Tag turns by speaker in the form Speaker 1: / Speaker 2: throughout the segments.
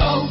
Speaker 1: Oh,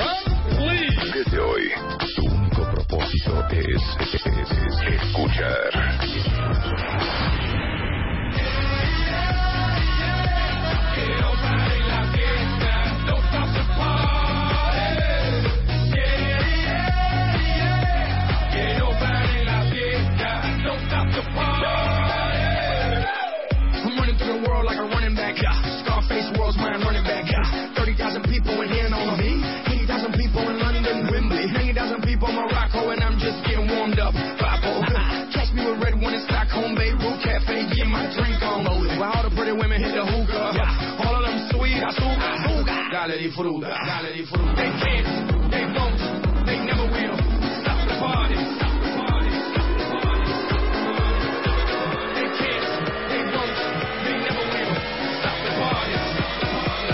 Speaker 2: Desde hoy, tu único propósito es, es- es escuchar.
Speaker 3: I'm running through the world like a running back. Scarface world's mine running back. 30,000 people in here and on me. 80,000 people in London, Wembley. 90,000 people in Morocco and I'm just getting warmed up. Papo. Catch me with red one in Stockholm, Beirut Cafe. Get my drink on. While all the pretty women hit the hookah. All of them sweet azúcar. Dale di fruta. Dale di fruta. They can't. They won't. They never will. Stop the party. Stop the party. Stop the party. They can't. They won't. They never will. Stop the party. Stop the party.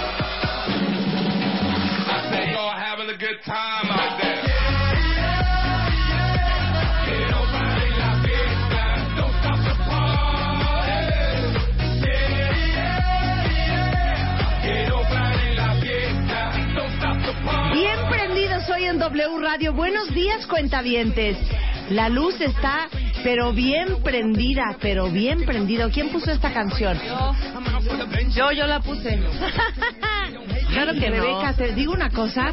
Speaker 3: I say y'all having a good time out there.
Speaker 4: Bien prendidos hoy en W Radio. Buenos días, cuentavientes. La luz está, pero bien prendida, pero bien prendido. ¿Quién puso esta canción?
Speaker 5: Yo, yo la puse. Claro que no.
Speaker 4: Rebeca, te digo una cosa.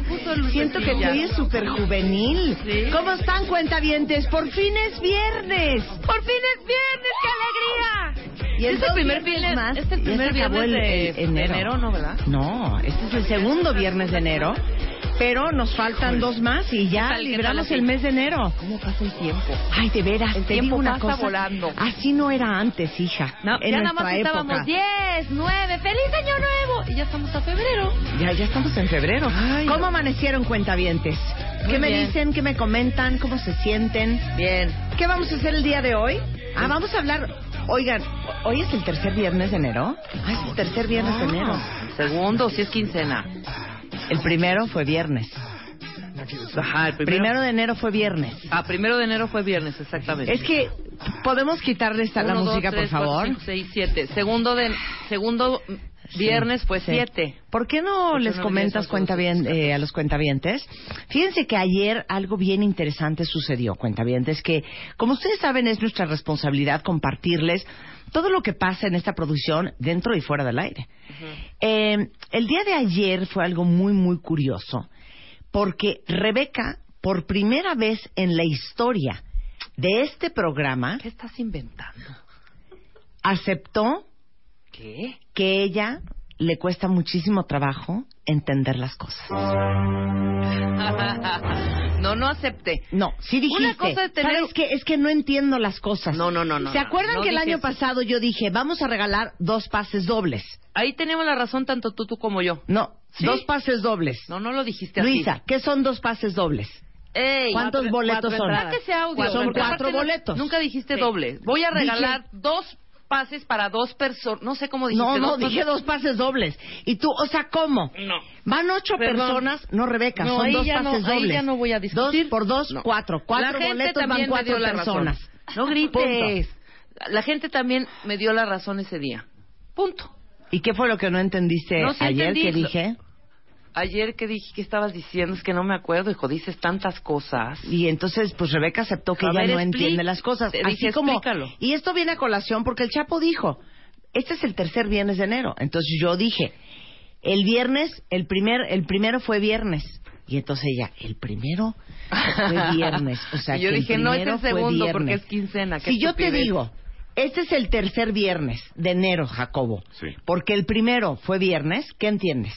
Speaker 4: Siento que
Speaker 5: Lucecilla.
Speaker 4: estoy es súper juvenil.
Speaker 5: Sí.
Speaker 4: ¿Cómo están, cuentavientes? Por fin es viernes.
Speaker 5: ¡Por fin es viernes! ¡Qué alegría!
Speaker 4: Y
Speaker 5: es el
Speaker 4: dos
Speaker 5: primer
Speaker 4: Este viernes este más,
Speaker 5: viernes, es el
Speaker 4: ya se
Speaker 5: primer
Speaker 4: acabó
Speaker 5: viernes de
Speaker 4: el- el enero.
Speaker 5: enero, ¿no, verdad?
Speaker 4: No, este es el segundo viernes de enero. Pero nos faltan dos más y
Speaker 5: ¿Qué
Speaker 4: ya
Speaker 5: tal, qué
Speaker 4: libramos
Speaker 5: tal
Speaker 4: el
Speaker 5: así?
Speaker 4: mes de enero.
Speaker 5: ¿Cómo pasa el tiempo?
Speaker 4: Ay, de veras,
Speaker 5: El
Speaker 4: te
Speaker 5: tiempo
Speaker 4: digo una
Speaker 5: pasa
Speaker 4: cosa.
Speaker 5: volando.
Speaker 4: Así no era antes, hija.
Speaker 5: No,
Speaker 4: en
Speaker 5: Ah, ya nada
Speaker 4: nuestra
Speaker 5: más
Speaker 4: época.
Speaker 5: estábamos 10, 9, ¡Feliz Año Nuevo! Y ya estamos a febrero.
Speaker 4: Ya, ya estamos en febrero. ¿Cómo amanecieron cuentavientes?
Speaker 5: Muy
Speaker 4: ¿Qué me
Speaker 5: bien.
Speaker 4: dicen? ¿Qué me comentan? ¿Cómo se sienten?
Speaker 5: Bien.
Speaker 4: ¿Qué vamos a hacer el día de hoy? Ah, vamos a hablar. Oigan, ¿hoy es el tercer viernes de enero? Ah, es el tercer viernes de enero.
Speaker 5: Ah. Segundo, si es quincena.
Speaker 4: El primero fue viernes.
Speaker 5: Ajá, el primero.
Speaker 4: Primero de enero fue viernes.
Speaker 5: Ah, primero de enero fue viernes, exactamente.
Speaker 4: Es que, ¿podemos quitarle esta la
Speaker 5: Uno, dos,
Speaker 4: música,
Speaker 5: tres,
Speaker 4: por
Speaker 5: cuatro,
Speaker 4: favor?
Speaker 5: cinco, seis, siete. Segundo, de, segundo viernes fue
Speaker 4: Sí.
Speaker 5: siete.
Speaker 4: ¿Por qué no
Speaker 5: Porque
Speaker 4: les
Speaker 5: no
Speaker 4: comentas
Speaker 5: regresan
Speaker 4: cuenta bien, eh,
Speaker 5: todos los
Speaker 4: a los cuentavientes? Fíjense que ayer algo bien interesante sucedió, cuentavientes, que como ustedes saben es nuestra responsabilidad compartirles todo lo que pasa en esta producción dentro y fuera del aire. Eh, el día de ayer fue algo muy, muy curioso, porque Rebeca, por primera vez en la historia de este programa,
Speaker 5: ¿Qué estás inventando?
Speaker 4: aceptó
Speaker 5: ¿Qué?
Speaker 4: que ella le cuesta muchísimo trabajo entender las cosas.
Speaker 5: no, no acepté.
Speaker 4: No, sí dijiste.
Speaker 5: Una cosa es tener-
Speaker 4: ¿Sabes qué? Es que no entiendo las cosas.
Speaker 5: No, no, no, no,
Speaker 4: ¿Se
Speaker 5: no,
Speaker 4: acuerdan
Speaker 5: no
Speaker 4: que el
Speaker 5: dije
Speaker 4: año
Speaker 5: eso.
Speaker 4: pasado yo dije, vamos a regalar dos pases dobles?
Speaker 5: Ahí tenemos la razón tanto tú, tú como yo.
Speaker 4: No,
Speaker 5: ¿Sí?
Speaker 4: dos pases dobles.
Speaker 5: No, no lo dijiste así.
Speaker 4: Luisa, ¿qué son dos pases dobles?
Speaker 5: Ey,
Speaker 4: ¿Cuántos boletos son?
Speaker 5: Sáquese audio.
Speaker 4: Son
Speaker 5: porque
Speaker 4: cuatro
Speaker 5: aparte no-
Speaker 4: boletos.
Speaker 5: Nunca dijiste
Speaker 4: Sí.
Speaker 5: doble. Voy a regalar dos pases para dos personas. No sé cómo dijiste.
Speaker 4: No, no,
Speaker 5: dos pases.
Speaker 4: dije dos pases dobles. Y tú, o sea, ¿cómo?
Speaker 5: No.
Speaker 4: Van ocho
Speaker 5: Perdón.
Speaker 4: personas, no Rebeca,
Speaker 5: No,
Speaker 4: son
Speaker 5: ahí
Speaker 4: dos
Speaker 5: ya no-
Speaker 4: pases
Speaker 5: ahí
Speaker 4: dobles.
Speaker 5: ya no voy a discutir.
Speaker 4: Dos por dos,
Speaker 5: No.
Speaker 4: cuatro.
Speaker 5: La
Speaker 4: Cuatro
Speaker 5: gente
Speaker 4: boletos
Speaker 5: también
Speaker 4: van
Speaker 5: me
Speaker 4: cuatro
Speaker 5: dio la
Speaker 4: personas.
Speaker 5: razón. No grites. La gente también me dio la razón ese día. Punto.
Speaker 4: ¿Y qué fue lo que no entendiste
Speaker 5: No, sí
Speaker 4: ayer
Speaker 5: entendí.
Speaker 4: que dije?
Speaker 5: Ayer que dije que estabas diciendo es que no me acuerdo, hijo, dices tantas cosas.
Speaker 4: Y entonces, pues Rebeca aceptó que
Speaker 5: A
Speaker 4: ella
Speaker 5: ver,
Speaker 4: no
Speaker 5: expli-
Speaker 4: entiende las cosas.
Speaker 5: te
Speaker 4: Así
Speaker 5: dije,
Speaker 4: como.
Speaker 5: explícalo.
Speaker 4: Y esto viene a colación porque el Chapo dijo: Este es el tercer viernes de enero. Entonces yo dije: El viernes, el, primer, el primero fue viernes. Y entonces ella, el primero fue viernes. O sea,
Speaker 5: Y yo
Speaker 4: que
Speaker 5: dije,
Speaker 4: el
Speaker 5: no, es el
Speaker 4: primero fue
Speaker 5: segundo, porque
Speaker 4: viernes.
Speaker 5: es quincena, qué
Speaker 4: Si yo te
Speaker 5: estupidez.
Speaker 4: digo, este es el tercer viernes de enero, Jacobo,
Speaker 6: Sí.
Speaker 4: porque el primero fue viernes, ¿qué entiendes?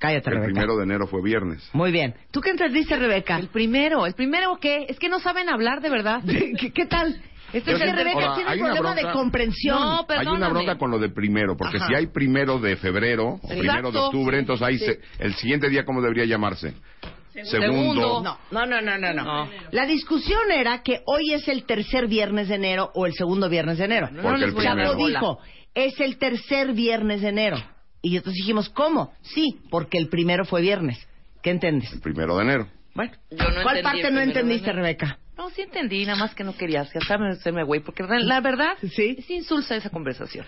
Speaker 4: Cállate,
Speaker 6: El
Speaker 4: Rebeca.
Speaker 6: primero de enero fue viernes.
Speaker 4: Muy bien. ¿Tú qué entendiste, Rebeca?
Speaker 5: El primero, el primero qué? Es que no saben hablar de verdad.
Speaker 4: ¿Qué, qué tal?
Speaker 5: Este
Speaker 4: es
Speaker 5: es
Speaker 4: que
Speaker 5: el de-
Speaker 4: Rebeca
Speaker 6: Ahora,
Speaker 4: tiene un
Speaker 6: hay una
Speaker 4: problema de
Speaker 6: bronca-
Speaker 4: comprensión.
Speaker 5: No, pero-
Speaker 6: Hay una
Speaker 5: Perdóname.
Speaker 6: bronca con lo de primero, porque
Speaker 4: Ajá.
Speaker 6: si hay primero de febrero o
Speaker 5: Exacto.
Speaker 6: primero de octubre, entonces ahí
Speaker 5: Sí.
Speaker 6: se- el siguiente día, ¿cómo debería llamarse?
Speaker 5: Segundo.
Speaker 4: No, no, no, no, no, no.
Speaker 5: No.
Speaker 4: La discusión era que hoy es el tercer viernes de enero o el segundo viernes de enero.
Speaker 5: No,
Speaker 6: Porque
Speaker 5: les
Speaker 6: el
Speaker 5: voy a
Speaker 6: primero.
Speaker 4: Chapo
Speaker 5: dar bola.
Speaker 4: dijo, es el tercer viernes de enero. Y entonces dijimos, ¿cómo? Sí, porque el primero fue viernes. ¿Qué entiendes?
Speaker 6: El primero de enero.
Speaker 4: Bueno,
Speaker 5: Yo no entendí
Speaker 4: ¿cuál
Speaker 5: el
Speaker 4: parte no
Speaker 5: primero de
Speaker 4: entendiste,
Speaker 5: enero.
Speaker 4: Rebeca?
Speaker 5: No, sí entendí, nada más que no querías que hacerme hacerme güey, porque re- la verdad
Speaker 4: Sí.
Speaker 5: es insulsa esa conversación.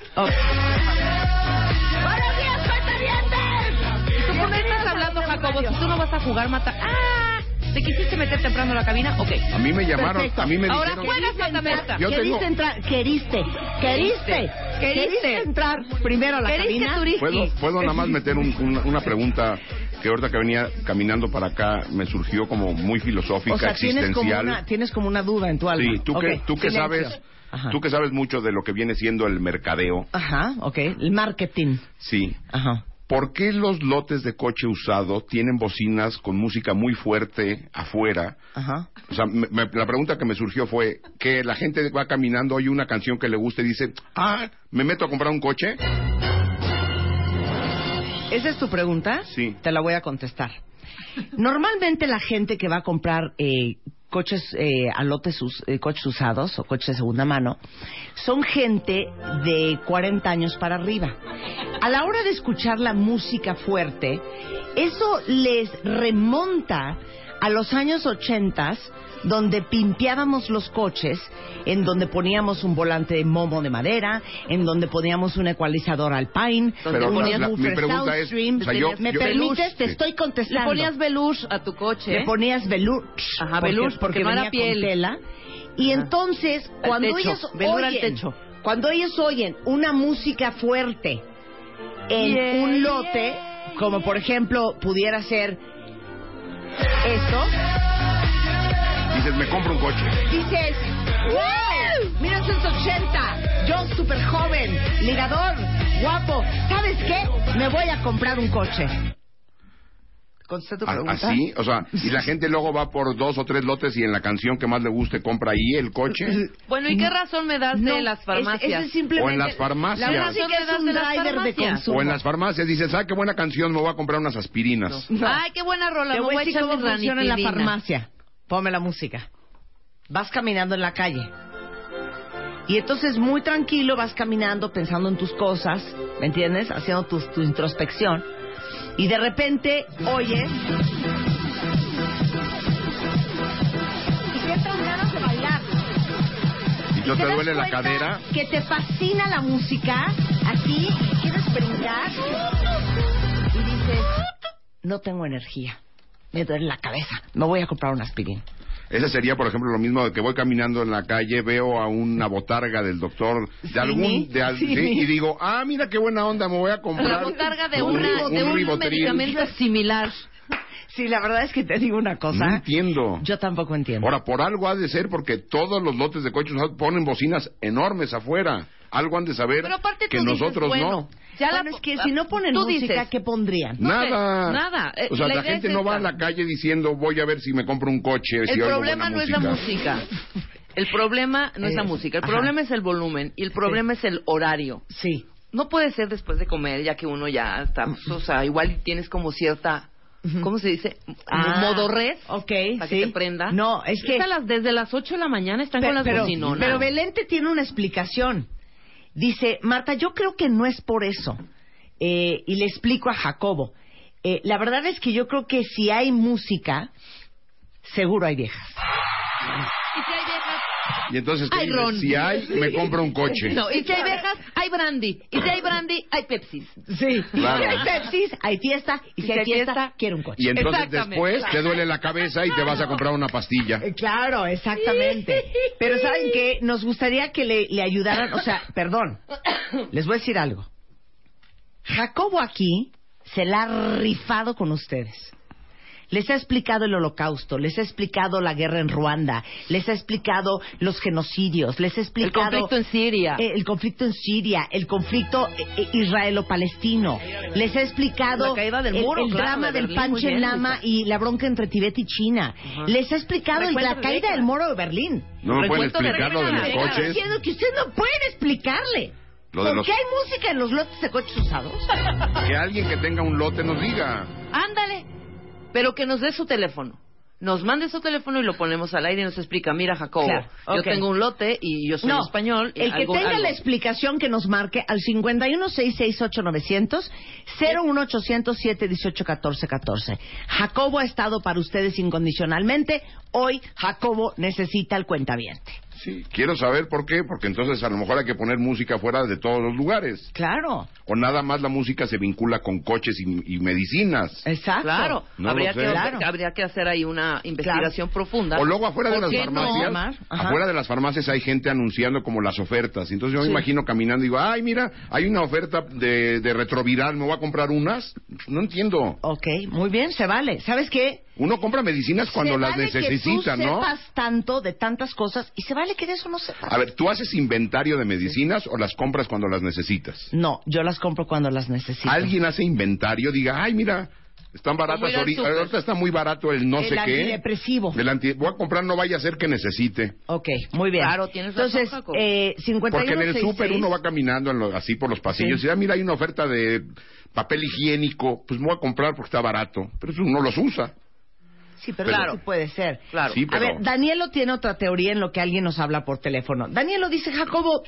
Speaker 7: ¡Buenos días, cuentavientes!
Speaker 5: ¿Tú por qué estás hablando, Jacobo? Si tú no vas a jugar, mata. ¡Ah! ¿Te quisiste meter temprano a la cabina? Ok.
Speaker 6: A mí me llamaron,
Speaker 4: Perfecto.
Speaker 6: a mí me
Speaker 5: Ahora
Speaker 6: dijeron...
Speaker 5: juegas, matamesta.
Speaker 6: Yo
Speaker 4: queriste
Speaker 6: tengo-
Speaker 4: entrar, queriste, queriste,
Speaker 5: Queriste.
Speaker 4: queriste entrar primero a la
Speaker 5: ¿Queriste
Speaker 4: cabina.
Speaker 5: turista?
Speaker 6: ¿Puedo, puedo nada más meter un- una, una pregunta que ahorita que venía caminando para acá me surgió como muy filosófica,
Speaker 4: O sea, tienes como,
Speaker 6: existencial.
Speaker 4: una, tienes como una duda en tu alma.
Speaker 6: Sí, tú que,
Speaker 4: Ok,
Speaker 6: tú que
Speaker 4: silencio.
Speaker 6: sabes,
Speaker 4: Ajá.
Speaker 6: tú que sabes mucho de lo que viene siendo el mercadeo.
Speaker 4: Ajá, ok. El marketing.
Speaker 6: Sí.
Speaker 4: Ajá.
Speaker 6: ¿Por qué los lotes de coche usado tienen bocinas con música muy fuerte afuera?
Speaker 4: Ajá.
Speaker 6: O sea, me- me- la pregunta que me surgió fue que la gente va caminando, oye una canción que le gusta y dice, ah, ¿me meto a comprar un coche?
Speaker 4: ¿Esa es tu pregunta?
Speaker 6: Sí.
Speaker 4: Te la voy a contestar. Normalmente la gente que va a comprar eh, coches eh, a lotes, us- eh, coches usados o coches de segunda mano, son gente de 40 años para arriba. A la hora de escuchar la música fuerte, eso les remonta a los años 80 donde pimpeábamos los coches, en donde poníamos un volante de momo de madera, en donde poníamos un ecualizador Alpine,
Speaker 6: Pero
Speaker 4: un
Speaker 6: la- la-
Speaker 4: subwoofer
Speaker 6: mi pregunta es,
Speaker 4: Soundstream.
Speaker 6: o sea, yo-
Speaker 4: ¿Me
Speaker 6: yo-
Speaker 4: permites?
Speaker 6: Sí.
Speaker 4: Te estoy
Speaker 5: Le
Speaker 4: contestando.
Speaker 5: ponías velours a tu coche.
Speaker 4: Le ponías velour.
Speaker 5: ah, ¿eh? Ajá, velour,
Speaker 4: porque,
Speaker 5: que no era
Speaker 4: venía con
Speaker 5: piel.
Speaker 4: tela. Y
Speaker 5: Ajá.
Speaker 4: entonces, cuando
Speaker 5: techo,
Speaker 4: ellos
Speaker 5: velour al
Speaker 4: oyen...
Speaker 5: techo.
Speaker 4: Cuando ellos oyen una música fuerte en
Speaker 5: Yeah,
Speaker 4: un lote,
Speaker 5: yeah,
Speaker 4: como
Speaker 5: yeah.
Speaker 4: por ejemplo pudiera ser esto,
Speaker 6: Dices, me compro un coche.
Speaker 4: dices, ¡Wow! 1980, yo súper joven, ligador, guapo. ¿Sabes qué? Me voy a comprar un coche. Contesta tu
Speaker 6: A-
Speaker 4: pregunta.
Speaker 6: Ah, Así, o sea, y la gente luego va por dos o tres lotes y en la canción que más le guste compra ahí el coche.
Speaker 5: Bueno, ¿y qué razón me das
Speaker 4: No,
Speaker 5: de las
Speaker 4: es-
Speaker 5: farmacias?
Speaker 4: ese es simplemente-
Speaker 6: O en las farmacias.
Speaker 4: La música es un
Speaker 5: De las
Speaker 4: driver de
Speaker 5: farmacias.
Speaker 4: consumo.
Speaker 6: O en las farmacias dices, ah, qué buena canción, me voy a comprar unas aspirinas.
Speaker 4: No.
Speaker 5: Ay, qué buena rola.
Speaker 4: Te
Speaker 5: me
Speaker 4: voy a decir
Speaker 5: echar
Speaker 4: cómo
Speaker 5: mi
Speaker 4: funciona en la
Speaker 5: ranitidina.
Speaker 4: farmacia. Ponme la música. Vas caminando en la calle. Y entonces muy tranquilo vas caminando pensando en tus cosas, ¿me entiendes? Haciendo tu, tu introspección. Y de repente oyes... Y sientas ganas de bailar.
Speaker 6: ¿Y no
Speaker 4: ¿Te
Speaker 6: te
Speaker 4: das
Speaker 6: duele la
Speaker 4: cuenta
Speaker 6: cadera?
Speaker 4: Que te fascina la música, así, y quieres brindar. Y dices, no tengo energía. Me duele la cabeza. Me voy a comprar un aspirina.
Speaker 6: Ese sería, por ejemplo, lo mismo de que voy caminando en la calle, veo a una botarga del doctor
Speaker 4: Sí,
Speaker 6: de algún de al-
Speaker 4: sí.
Speaker 6: sí, y digo, "Ah, mira qué buena onda, me voy a comprar
Speaker 5: La botarga de,
Speaker 6: un,
Speaker 5: una,
Speaker 6: un
Speaker 5: de un
Speaker 6: ribotril".
Speaker 5: medicamento similar.
Speaker 4: Sí, la verdad es que te digo una cosa.
Speaker 6: No entiendo.
Speaker 4: Yo tampoco entiendo.
Speaker 6: Ahora, por algo ha de ser porque todos los lotes de coches usados ponen bocinas enormes afuera. Algo han de saber
Speaker 5: Pero aparte tú
Speaker 6: que
Speaker 5: dices,
Speaker 6: nosotros
Speaker 5: bueno,
Speaker 6: no.
Speaker 5: ya la-
Speaker 4: Bueno, es que si Ah, no ponen
Speaker 5: tú
Speaker 4: música,
Speaker 5: dices,
Speaker 4: ¿qué pondrían?
Speaker 5: no sé,
Speaker 6: nada.
Speaker 5: nada. Eh,
Speaker 6: O sea,
Speaker 5: la
Speaker 6: la,
Speaker 5: idea
Speaker 6: gente
Speaker 5: es
Speaker 6: no va a
Speaker 5: esta.
Speaker 6: la calle diciendo, voy a ver si me compro un coche. si
Speaker 5: El
Speaker 6: oigo
Speaker 5: problema
Speaker 6: buena
Speaker 5: no es la música. El problema no es la
Speaker 4: Eh,
Speaker 5: música. El
Speaker 4: ajá.
Speaker 5: problema es el volumen y el problema es el horario.
Speaker 4: Sí.
Speaker 5: No puede ser después de comer, ya que uno ya está, pues, o sea, igual tienes como cierta, ¿cómo se dice?
Speaker 4: Ah,
Speaker 5: modo red.
Speaker 4: ok,
Speaker 5: Para
Speaker 4: sí.
Speaker 5: que te prenda.
Speaker 4: No, es que-
Speaker 5: Estas las- desde las 8 de la mañana están
Speaker 4: Pe-
Speaker 5: con las
Speaker 4: pero,
Speaker 5: bocinonas.
Speaker 4: pero Belén te tiene una explicación. Dice, Marta, yo creo que no es por eso. Eh, y le explico a Jacobo. Eh, la verdad es que yo creo que si hay música, seguro hay viejas.
Speaker 7: Y si hay viejas.
Speaker 6: Y entonces, ¿qué
Speaker 7: Ay,
Speaker 6: dices?
Speaker 7: Ron.
Speaker 6: si hay, me compro un coche.
Speaker 7: No, y si hay viejas, hay brandy. Y si hay brandy, hay Pepsi.
Speaker 4: Sí.
Speaker 6: Claro.
Speaker 4: Y si hay Pepsi, hay fiesta. Y si hay fiesta, quiero un coche.
Speaker 6: Y entonces
Speaker 7: Exactamente.
Speaker 6: después te duele la cabeza y te vas a comprar una pastilla.
Speaker 4: Eh, Claro, exactamente. Pero ¿saben qué? Nos gustaría que le, le ayudaran, o sea, perdón, les voy a decir algo. Jacobo aquí se la ha rifado con ustedes. Les ha explicado el holocausto, les ha explicado la guerra en Ruanda, les ha explicado los genocidios, les ha
Speaker 5: El
Speaker 4: explicado...
Speaker 5: conflicto en Siria.
Speaker 4: Eh, el conflicto en Siria, el conflicto eh, eh, israelo-palestino. Les he explicado
Speaker 5: La caída del
Speaker 4: el,
Speaker 5: muro,
Speaker 4: el
Speaker 5: claro,
Speaker 4: drama
Speaker 5: de
Speaker 4: del
Speaker 5: Berlín, muy
Speaker 4: Panchen
Speaker 5: bien,
Speaker 4: Lama
Speaker 5: Luisa.
Speaker 4: y la bronca entre Tibet y China.
Speaker 5: Ajá.
Speaker 4: Les he explicado el- la
Speaker 5: Recuento de
Speaker 4: caída
Speaker 5: décadas.
Speaker 4: del muro de Berlín.
Speaker 6: No me pueden
Speaker 5: Recuento de
Speaker 6: explicar lo de los
Speaker 5: reglas.
Speaker 6: coches.
Speaker 4: Diciendo que usted no puede explicarle.
Speaker 6: Lo de
Speaker 4: ¿Por
Speaker 6: los-
Speaker 4: qué hay música en los lotes de coches usados?
Speaker 6: Que alguien que tenga un lote nos diga.
Speaker 5: Ándale. Pero que nos dé su teléfono. Nos mande su teléfono y lo ponemos al aire y nos explica, mira Jacobo,
Speaker 4: Claro,
Speaker 5: yo
Speaker 4: ok.
Speaker 5: tengo un lote y yo soy español. y
Speaker 4: el que
Speaker 5: algo-
Speaker 4: tenga
Speaker 5: algo.
Speaker 4: la explicación que nos marque al 51668900 01807 181414. Jacobo ha estado para ustedes incondicionalmente. Hoy Jacobo necesita el cuentaviente.
Speaker 6: Sí, quiero saber por qué, porque entonces a lo mejor hay que poner música fuera de todos los lugares.
Speaker 4: Claro,
Speaker 6: O nada más la música se vincula con coches y, y medicinas.
Speaker 4: exacto.
Speaker 5: Claro,
Speaker 6: No lo
Speaker 5: habría,
Speaker 6: sé.
Speaker 5: que,
Speaker 6: Claro.
Speaker 5: habría que hacer ahí una investigación profunda.
Speaker 6: O luego afuera de
Speaker 5: ¿Por
Speaker 6: las
Speaker 5: qué no?
Speaker 6: farmacias,
Speaker 5: Mar?
Speaker 4: Ajá.
Speaker 6: afuera de las farmacias hay gente anunciando como las ofertas. Entonces yo me imagino caminando y digo, ay mira, hay una oferta de, de retroviral, me voy a comprar unas. No entiendo.
Speaker 4: Ok, muy bien, se vale. ¿Sabes qué?
Speaker 6: Uno compra medicinas cuando
Speaker 4: Se
Speaker 6: las
Speaker 4: vale
Speaker 6: necesita,
Speaker 4: que tú
Speaker 6: ¿no?
Speaker 4: sepas tanto de tantas cosas y se vale que de eso no sepas.
Speaker 6: A ver, ¿tú haces inventario de medicinas o las compras cuando las necesitas?
Speaker 4: No, yo las compro cuando las necesito.
Speaker 6: ¿Alguien hace inventario? Diga, ay, mira, están baratas
Speaker 5: ir al
Speaker 6: ahorita.
Speaker 5: súper.
Speaker 6: Ahorita está muy barato el no
Speaker 4: El
Speaker 6: sé qué.
Speaker 4: antidepresivo.
Speaker 6: Del anti- Voy a comprar, no vaya a ser que necesite.
Speaker 4: Ok, muy bien.
Speaker 5: Claro, tienes razón,
Speaker 4: Entonces,
Speaker 5: Jacobo.
Speaker 4: eh, 51
Speaker 6: Porque en el súper uno va caminando en lo- así por los pasillos
Speaker 4: Sí.
Speaker 6: y, ah, mira, hay una oferta de papel higiénico. Pues me voy a comprar porque está barato. Pero eso uno los usa.
Speaker 4: Sí, pero,
Speaker 6: Pero-
Speaker 4: claro, puede ser.
Speaker 5: Claro.
Speaker 6: Sí, pero-
Speaker 4: A ver, Danielo tiene otra teoría en lo que alguien nos habla por teléfono. Danielo dice, Jacobo,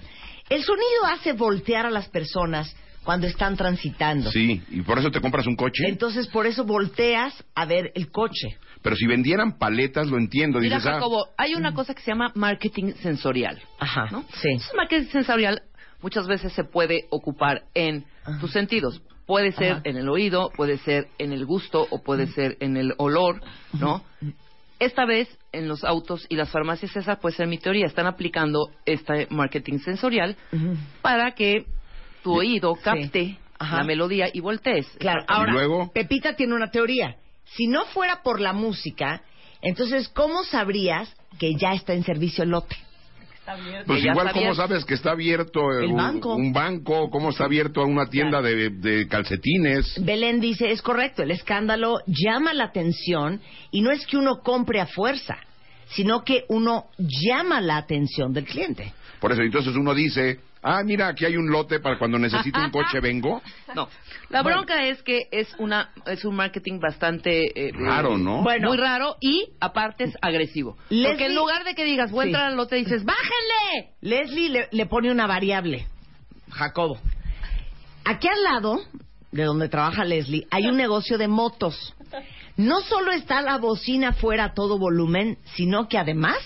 Speaker 4: el sonido hace voltear a las personas cuando están transitando.
Speaker 6: Sí, y por eso te compras un coche.
Speaker 4: Entonces, por eso volteas a ver el coche.
Speaker 6: Pero si vendieran paletas, lo entiendo.
Speaker 5: Mira,
Speaker 6: Dices, ah,
Speaker 5: Jacobo, hay una cosa que se llama marketing sensorial.
Speaker 4: Ajá,
Speaker 5: ¿no?
Speaker 4: sí.
Speaker 5: Entonces, marketing sensorial muchas veces se puede ocupar en
Speaker 4: Ajá.
Speaker 5: tus sentidos. Puede ser
Speaker 4: Ajá. Mm.
Speaker 5: en el oído, puede ser en el gusto o puede ser en el olor, ¿no? Esta vez en los autos y las farmacias, esa puede ser mi teoría, están aplicando este marketing sensorial para que tu oído capte
Speaker 4: Ajá.
Speaker 5: la melodía y voltees.
Speaker 4: Claro,
Speaker 6: ¿Y
Speaker 4: ahora,
Speaker 6: luego?
Speaker 4: Pepita tiene una teoría. Si no fuera por la música, entonces, ¿cómo sabrías que ya está en servicio el lote?
Speaker 6: Pues
Speaker 5: que ya
Speaker 6: igual,
Speaker 5: está
Speaker 6: ¿cómo
Speaker 5: abierto.
Speaker 6: sabes que está abierto eh,
Speaker 4: El
Speaker 6: un
Speaker 4: banco.
Speaker 6: un banco? ¿Cómo está abierto una tienda de, de calcetines?
Speaker 4: Belén dice, es correcto, el escándalo llama la atención y no es que uno compre a fuerza, sino que uno llama la atención del cliente.
Speaker 6: Por eso, entonces uno dice, ah, mira, aquí hay un lote para cuando necesite un coche vengo.
Speaker 5: No, la bronca es que es una es un marketing bastante eh,
Speaker 6: Raro, ¿no?
Speaker 4: Bueno.
Speaker 5: muy raro y aparte es agresivo.
Speaker 4: Leslie-
Speaker 5: Porque en lugar de que digas, voy a
Speaker 4: Sí.
Speaker 5: entrar al lote, dices, bájenle.
Speaker 4: Leslie le, le pone una variable, Jacobo. Aquí al lado, de donde trabaja Leslie, hay un negocio de motos. No solo está la bocina fuera a todo volumen, sino que además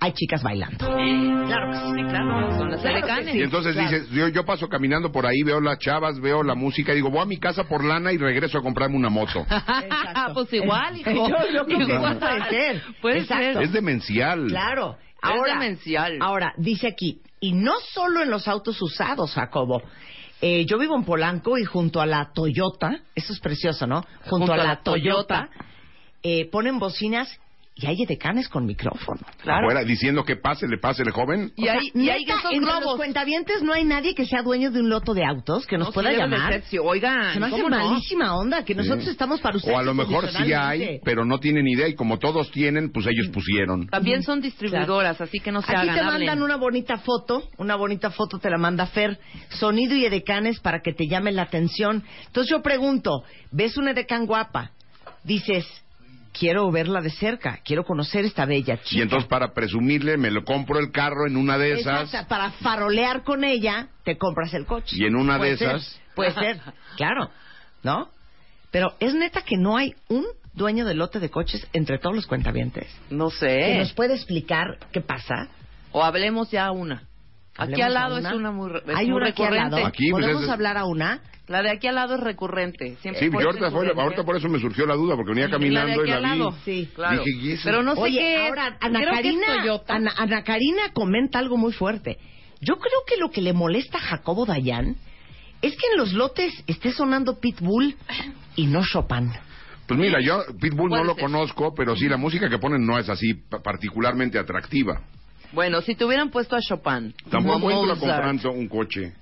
Speaker 4: hay chicas bailando.
Speaker 5: Claro que sí, claro, son las
Speaker 4: Claro que
Speaker 5: edecanes.
Speaker 6: Y entonces
Speaker 4: claro.
Speaker 6: dices, yo, yo paso caminando por ahí, veo las chavas, veo la música, y digo, voy a mi casa por lana y regreso a comprarme una moto.
Speaker 4: Exacto.
Speaker 5: pues igual, hijo.
Speaker 4: Yo- yo creo que
Speaker 5: Igual.
Speaker 4: puede ser.
Speaker 5: Puede
Speaker 4: Exacto.
Speaker 5: ser.
Speaker 6: es demencial.
Speaker 4: Claro.
Speaker 5: Es
Speaker 4: Ahora,
Speaker 5: demencial.
Speaker 4: Ahora, dice aquí, y no solo en los autos usados, Jacobo. Eh, yo vivo en Polanco y junto a la Toyota, eso es precioso, ¿no? Junto, a, la, Toyota, eh, ponen bocinas y hay edecanes con micrófono.
Speaker 5: Claro.
Speaker 6: Afuera, diciendo que pase, le pase el joven.
Speaker 5: Y ahí, y ahí que
Speaker 4: neta,
Speaker 5: esos
Speaker 4: entre los
Speaker 5: globos.
Speaker 4: cuentavientes no hay nadie que sea dueño de un loto de autos que nos
Speaker 5: No, sí
Speaker 4: pueda
Speaker 5: debe de
Speaker 4: llamar.
Speaker 5: ser, sí. Oigan,
Speaker 4: Se me hace
Speaker 5: ¿cómo no?
Speaker 4: malísima onda que nosotros
Speaker 6: Sí.
Speaker 4: estamos para ustedes.
Speaker 6: O a lo mejor sí hay,
Speaker 4: incondicionalmente.
Speaker 6: pero no tienen idea, y como todos tienen, pues ellos pusieron.
Speaker 5: También son distribuidoras, así que no se
Speaker 4: Aquí
Speaker 5: hagan
Speaker 4: te
Speaker 5: hablen.
Speaker 4: mandan una bonita foto, una bonita foto te la manda Fer, sonido y edecanes para que te llamen la atención. Entonces yo pregunto, ves una edecán guapa, dices, quiero verla de cerca, quiero conocer esta bella chica.
Speaker 6: Y entonces para presumirle me lo compro el carro en una de esas
Speaker 4: Exacto, para farolear con ella, te compras el coche.
Speaker 6: y en una
Speaker 4: Puede
Speaker 6: de
Speaker 4: ser,
Speaker 6: esas
Speaker 4: Puede ser, claro, ¿no? Pero es neta que no hay un dueño de lote de coches entre todos los cuentavientes.
Speaker 5: No
Speaker 4: ¿Que
Speaker 5: sé.
Speaker 4: nos puede explicar qué pasa?
Speaker 5: O hablemos ya una. Aquí
Speaker 4: Hablemos
Speaker 5: al lado
Speaker 4: a una.
Speaker 5: es una muy, re- es
Speaker 4: Hay
Speaker 5: muy
Speaker 4: una aquí al
Speaker 5: recurrente.
Speaker 4: lado.
Speaker 6: Aquí, pues,
Speaker 4: ¿Podemos
Speaker 6: es-
Speaker 4: hablar a una?
Speaker 5: La de aquí al lado es recurrente. Siempre
Speaker 6: Sí,
Speaker 5: por
Speaker 6: yo
Speaker 5: eso
Speaker 6: ahorita, fue-
Speaker 5: sugerencia.
Speaker 6: ahorita por eso me surgió la duda, porque venía
Speaker 5: la
Speaker 6: caminando y
Speaker 5: de aquí
Speaker 6: la
Speaker 5: al
Speaker 6: vi.
Speaker 5: lado. Sí, claro.
Speaker 6: Dije, ¿y eso?
Speaker 5: Pero no sé
Speaker 4: Oye,
Speaker 5: qué es.
Speaker 4: ahora, Ana
Speaker 5: Creo que es
Speaker 4: Karina,
Speaker 5: Toyota.
Speaker 4: Ana, Ana Karina comenta algo muy fuerte. Yo creo que lo que le molesta a Jacobo Dayan es que en los lotes esté sonando Pitbull y no Chopin.
Speaker 6: Pues mira, yo Pitbull no
Speaker 5: Puede
Speaker 6: lo
Speaker 5: ser.
Speaker 6: conozco, pero sí, la música que ponen no es así pa- particularmente atractiva.
Speaker 5: Bueno, si te hubieran puesto a Chopin,
Speaker 6: Tampoco
Speaker 5: como
Speaker 6: entra
Speaker 5: Mozart,
Speaker 6: comprando un coche.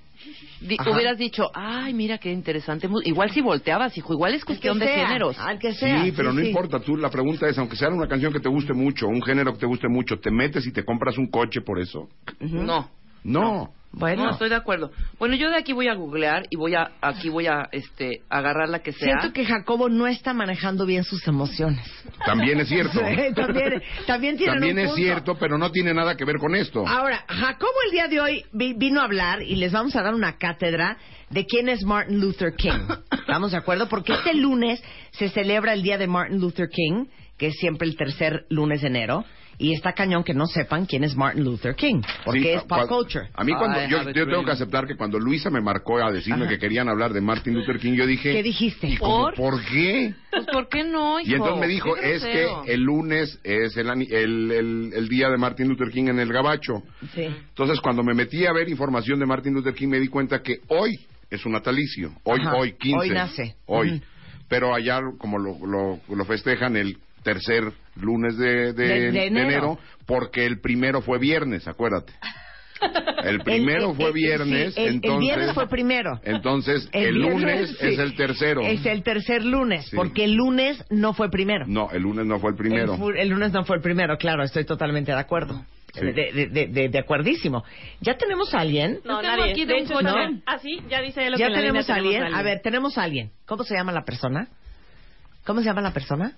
Speaker 5: di-
Speaker 4: Ajá.
Speaker 5: hubieras dicho, ay, mira qué interesante. mu- Igual si volteabas, hijo, igual es cuestión de géneros.
Speaker 4: Al que sea.
Speaker 6: Sí, pero no importa. Tú la pregunta es, aunque sea una canción que te guste mucho, un género que te guste mucho, ¿te metes y te compras un coche por eso?
Speaker 5: No.
Speaker 6: No.
Speaker 4: Bueno,
Speaker 5: No, estoy de acuerdo. Bueno, yo de aquí voy a googlear y voy a aquí voy a este agarrar la que sea.
Speaker 4: siento que Jacobo no está manejando bien sus emociones.
Speaker 6: También es cierto.
Speaker 4: también, también tienen
Speaker 6: También
Speaker 4: un
Speaker 6: es
Speaker 4: punto. Ah,
Speaker 6: cierto, pero no tiene nada que ver con esto.
Speaker 4: Ahora, Jacobo el día de hoy vi- vino a hablar y les vamos a dar una cátedra de quién es Martin Luther King. ¿Estamos de acuerdo? Porque este lunes se celebra el día de Martin Luther King, que es siempre el tercer lunes de enero. Y está cañón que no sepan quién es Martin Luther King, porque
Speaker 6: Sí,
Speaker 4: es
Speaker 6: cua-
Speaker 4: pop culture.
Speaker 6: A mí cuando
Speaker 5: Ah, I
Speaker 6: yo,
Speaker 5: have a
Speaker 6: yo tengo
Speaker 5: dream.
Speaker 6: que aceptar que cuando Luisa me marcó a decirme que querían hablar de Martin Luther King, yo dije,
Speaker 4: ¿Qué dijiste?
Speaker 6: "¿Y cómo,
Speaker 5: ¿Por?
Speaker 6: ¿Por qué?
Speaker 5: Pues, ¿por qué no, hijo?
Speaker 6: Y entonces me dijo,
Speaker 5: Qué
Speaker 6: es que
Speaker 5: grosero.
Speaker 6: el lunes es el, ani- el, el- el día de Martin Luther King en el Gabacho.
Speaker 4: Sí.
Speaker 6: Entonces cuando me metí a ver información de Martin Luther King me di cuenta que hoy es un natalicio, hoy,
Speaker 4: Ajá.
Speaker 6: hoy, 15.
Speaker 4: Hoy nace.
Speaker 6: Hoy.
Speaker 4: Ujú.
Speaker 6: Pero allá como lo, lo- lo festejan el tercer lunes
Speaker 4: De-
Speaker 6: de, de-
Speaker 4: de
Speaker 6: de
Speaker 4: enero.
Speaker 6: enero. porque el primero fue viernes, acuérdate. El primero
Speaker 4: el-
Speaker 6: fue
Speaker 4: el-
Speaker 6: viernes,
Speaker 4: sí, el- el
Speaker 6: entonces...
Speaker 4: viernes fue primero.
Speaker 6: Entonces, el,
Speaker 4: viernes,
Speaker 6: lunes
Speaker 4: sí.
Speaker 6: es el tercero.
Speaker 4: Es el tercer lunes,
Speaker 6: Sí.
Speaker 4: porque el lunes no fue primero.
Speaker 6: No, el lunes no fue el primero.
Speaker 4: El, fu- el lunes no fue el primero, claro, estoy totalmente de acuerdo.
Speaker 6: Sí.
Speaker 4: De, de, de- de- de acuerdísimo. ¿Ya tenemos a alguien?
Speaker 8: No,
Speaker 5: Yo tengo
Speaker 8: nadie.
Speaker 5: aquí de
Speaker 8: de
Speaker 5: un
Speaker 8: hecho,
Speaker 5: coche.
Speaker 8: está- Ah, sí, ya dice lo que
Speaker 4: ¿Ya
Speaker 8: en la
Speaker 4: tenemos a
Speaker 8: línea
Speaker 4: alguien?
Speaker 8: tenemos
Speaker 4: A ver, tenemos a alguien. ¿Cómo se llama la persona? ¿Cómo se llama la persona?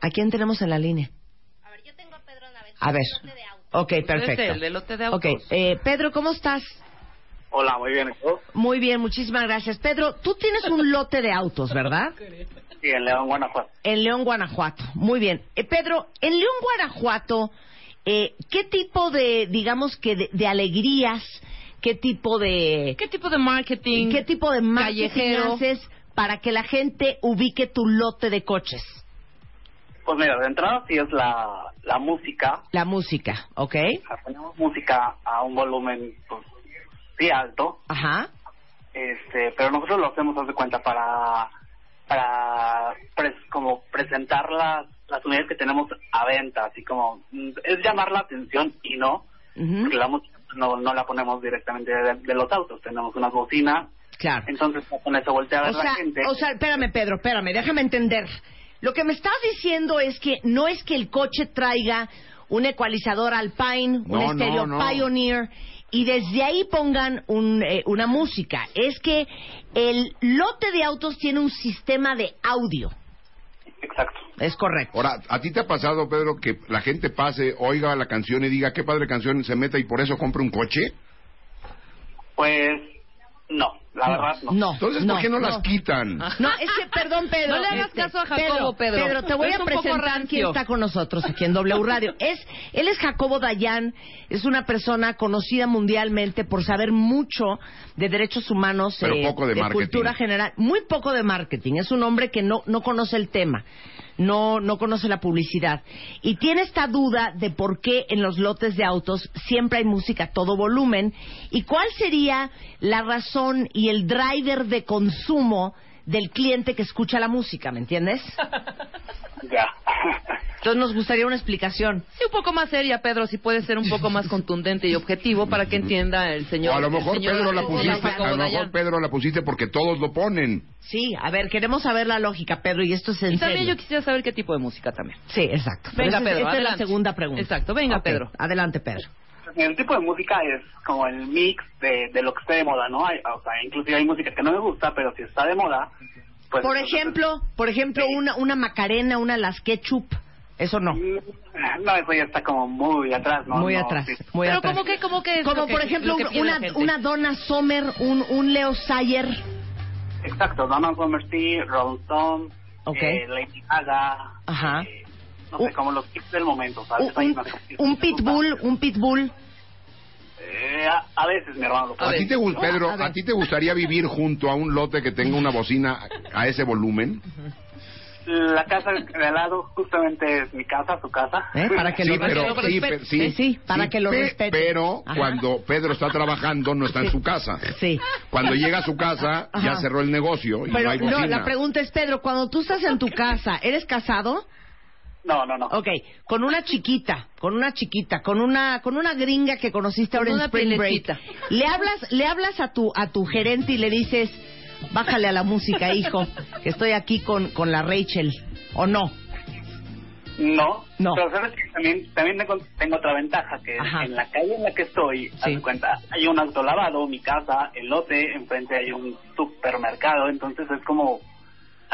Speaker 4: ¿A quién tenemos en la línea? A ver, yo tengo a Pedro Navez. A ver. Ok,
Speaker 5: Pues
Speaker 4: perfecto.
Speaker 5: este, el del lote de autos.
Speaker 4: Ok, eh, Pedro, ¿cómo estás?
Speaker 9: Hola, muy bien. ¿y tú?
Speaker 4: Muy bien, muchísimas gracias. Pedro, tú tienes un lote de autos, ¿verdad?
Speaker 9: Sí, en León, Guanajuato.
Speaker 4: En León, Guanajuato. Muy bien. Eh, Pedro, en León, Guanajuato, eh, ¿qué tipo de, digamos que, de, de alegrías, qué tipo de,
Speaker 5: ¿Qué tipo de marketing?
Speaker 4: qué tipo de marketing
Speaker 5: Callejero.
Speaker 4: haces para que la gente ubique tu lote de coches?
Speaker 9: Pues mira, de entrada sí es la, la música.
Speaker 4: La música, ¿ok?
Speaker 9: Ponemos música a un volumen, pues, sí alto.
Speaker 4: Ajá.
Speaker 9: Este, pero nosotros lo hacemos, haz de cuenta, para, para pres- como presentar las, las unidades que tenemos a venta. Así como, mm, es llamar la atención y no.
Speaker 4: Ujú.
Speaker 9: porque la música no, no la ponemos directamente de, de los autos. Tenemos unas bocinas.
Speaker 4: Claro.
Speaker 9: Entonces, pues, con eso voltea a
Speaker 4: O
Speaker 9: ver la
Speaker 4: sea,
Speaker 9: gente.
Speaker 4: o sea, espérame, Pedro, espérame, déjame entender. Lo que me estás diciendo es que no es que el coche traiga un ecualizador Alpine, un
Speaker 6: No, no,
Speaker 4: estéreo
Speaker 6: no.
Speaker 4: Pioneer y desde ahí pongan un, eh, una música. Es que el lote de autos tiene un sistema de audio.
Speaker 9: Exacto.
Speaker 4: Es correcto.
Speaker 6: Ahora, ¿a ti te ha pasado, Pedro, que la gente pase, oiga la canción y diga qué padre canción se meta y por eso compre un coche?
Speaker 9: Pues, no, la verdad no.
Speaker 4: No.
Speaker 6: Entonces,
Speaker 4: no,
Speaker 6: ¿por qué no, las
Speaker 4: no. Ah,
Speaker 6: quitan?
Speaker 4: No, es que, perdón, Pedro. este,
Speaker 5: No le hagas caso a Jacobo, Pedro.
Speaker 4: te voy
Speaker 5: Es
Speaker 4: a
Speaker 5: un poco
Speaker 4: presentar
Speaker 5: rancio.
Speaker 4: quién está con nosotros aquí en W Radio. Es, él es Jacobo Dayan, es una persona conocida mundialmente por saber mucho de derechos humanos, eh,
Speaker 6: Pero poco de marketing.
Speaker 4: cultura general, muy poco de marketing. Es un hombre que no, no conoce el tema, no, no conoce la publicidad. Y tiene esta duda de por qué en los lotes de autos siempre hay música a todo volumen y cuál sería la razón y el driver de consumo del cliente que escucha la música, ¿me entiendes?
Speaker 9: Ya.
Speaker 4: Entonces nos gustaría una explicación.
Speaker 5: Sí, un poco más seria, Pedro, si puede ser un poco más contundente y objetivo para que entienda el señor.
Speaker 6: o a lo
Speaker 5: el
Speaker 6: mejor
Speaker 5: señor
Speaker 6: Pedro la
Speaker 5: Jacobo
Speaker 6: pusiste,
Speaker 5: Dayan.
Speaker 6: a lo mejor Pedro la pusiste porque todos lo ponen.
Speaker 4: Sí, a ver, queremos saber la lógica, Pedro, y esto es en
Speaker 5: Y también
Speaker 4: serio.
Speaker 5: yo quisiera saber qué tipo de música también.
Speaker 4: Sí, exacto. Pero
Speaker 5: Venga,
Speaker 4: esta- Esta
Speaker 5: Pedro,
Speaker 4: es la
Speaker 5: adelante.
Speaker 4: segunda pregunta.
Speaker 5: Exacto, venga,
Speaker 4: Ok,
Speaker 5: Pedro.
Speaker 4: Adelante, Pedro.
Speaker 9: El tipo de música es como el mix de, de lo que esté de moda, ¿no? Hay, o sea, inclusive hay música que no me gusta, pero si está de moda, pues,
Speaker 4: por ejemplo, por ejemplo una, una macarena, una las ketchup, eso no.
Speaker 9: No, eso ya está como muy atrás, ¿no?
Speaker 4: Muy
Speaker 9: No,
Speaker 4: atrás,
Speaker 9: sí.
Speaker 4: muy atrás.
Speaker 5: como que es
Speaker 4: Como
Speaker 5: lo que-
Speaker 4: por ejemplo
Speaker 5: lo que
Speaker 4: un-
Speaker 5: pide la
Speaker 4: una,
Speaker 5: gente?
Speaker 4: una Donna Sommer, un, un Leo Sayer.
Speaker 9: Exacto, Donna Summer sí, Rolling Stone,
Speaker 4: Ok.
Speaker 9: eh, Lady Gaga, eh,
Speaker 4: Ajá.
Speaker 9: no sé, como los tips del momento,
Speaker 4: Un,
Speaker 9: ¿sabes? Hay
Speaker 4: un-
Speaker 9: unas que sí
Speaker 4: un
Speaker 9: te gustan.
Speaker 4: pitbull, un pitbull.
Speaker 9: Eh, a, a veces, mi hermano. lo
Speaker 6: ¿A
Speaker 9: puede.
Speaker 6: ti te, gu- Pedro, ¿a ti te gustaría vivir junto a un lote que tenga una bocina a ese volumen?
Speaker 9: La casa de al lado justamente es mi casa, su casa.
Speaker 6: ¿Eh? Para que
Speaker 9: sí,
Speaker 6: lo
Speaker 9: pero,
Speaker 6: respete.
Speaker 9: sí,
Speaker 6: Sí,
Speaker 9: pero-
Speaker 6: sí,
Speaker 9: sí,
Speaker 6: sí,
Speaker 9: para
Speaker 6: sí,
Speaker 9: que lo
Speaker 6: pe-
Speaker 9: respete.
Speaker 6: Pero
Speaker 9: Ajá.
Speaker 6: cuando Pedro está trabajando, no está en su casa.
Speaker 4: Sí.
Speaker 6: Cuando llega a su casa, ya
Speaker 4: Ajá.
Speaker 6: cerró el negocio y no
Speaker 4: Pero
Speaker 6: hay
Speaker 4: no,
Speaker 6: bocina.
Speaker 4: la pregunta es, Pedro, cuando tú estás en tu casa, ¿eres casado?
Speaker 9: No, no, no.
Speaker 4: Ok, con una chiquita, con una chiquita, con una con una gringa que conociste ahora
Speaker 5: una
Speaker 4: en Spring Break.
Speaker 5: pielecita.
Speaker 4: Le hablas le hablas a tu a tu gerente y le dices, "Bájale a la música, hijo, que estoy aquí con con la Rachel." ¿O no?
Speaker 9: No,
Speaker 4: No.
Speaker 9: pero sabes que también, también tengo, tengo otra ventaja, que
Speaker 4: Ajá.
Speaker 9: en la calle en la que estoy, haz de cuenta, hay un autolavado, mi casa, el lote, enfrente hay un supermercado, entonces es como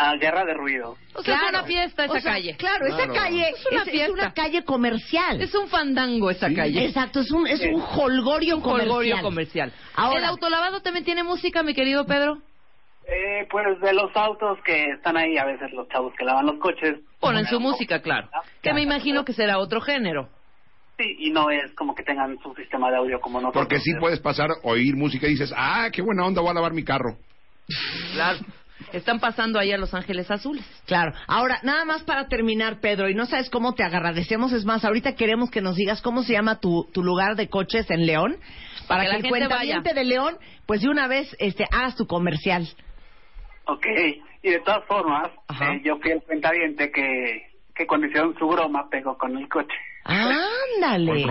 Speaker 9: ah, guerra de ruido.
Speaker 5: O sea, es una fiesta esa
Speaker 4: O sea,
Speaker 5: calle.
Speaker 4: Claro, esa
Speaker 9: Claro.
Speaker 4: calle es
Speaker 5: Es una
Speaker 4: es una,
Speaker 5: fiesta.
Speaker 4: calle comercial.
Speaker 5: Es un fandango esa calle.
Speaker 4: Exacto, es un es un holgorio
Speaker 5: Un
Speaker 4: comercial.
Speaker 5: jolgorio comercial.
Speaker 4: Ahora-
Speaker 5: ¿El autolavado también tiene música, mi querido Pedro?
Speaker 9: Eh, pues de los autos que están ahí, a veces los chavos que lavan los coches.
Speaker 5: Ponen su música, claro. Que me imagino que será otro género.
Speaker 9: Sí, y no es como que tengan su sistema de audio como nosotros.
Speaker 6: Porque sí puedes pasar, oír música y dices, ah, qué buena onda, voy a lavar mi carro.
Speaker 5: Claro. Están pasando ahí a Los Ángeles Azules.
Speaker 4: Claro. Ahora, nada más para terminar, Pedro, y no sabes cómo te agradecemos, es más, ahorita queremos que nos digas cómo se llama tu, tu lugar de coches en León, para
Speaker 5: que
Speaker 4: que,
Speaker 5: la
Speaker 4: el
Speaker 5: gente
Speaker 4: cuentaviente de León, pues de una vez este, hagas tu comercial.
Speaker 9: Ok, y de todas formas, eh, yo fui el cuentaviente que, que cuando hicieron su broma pegó con el coche.
Speaker 4: ¡Ándale!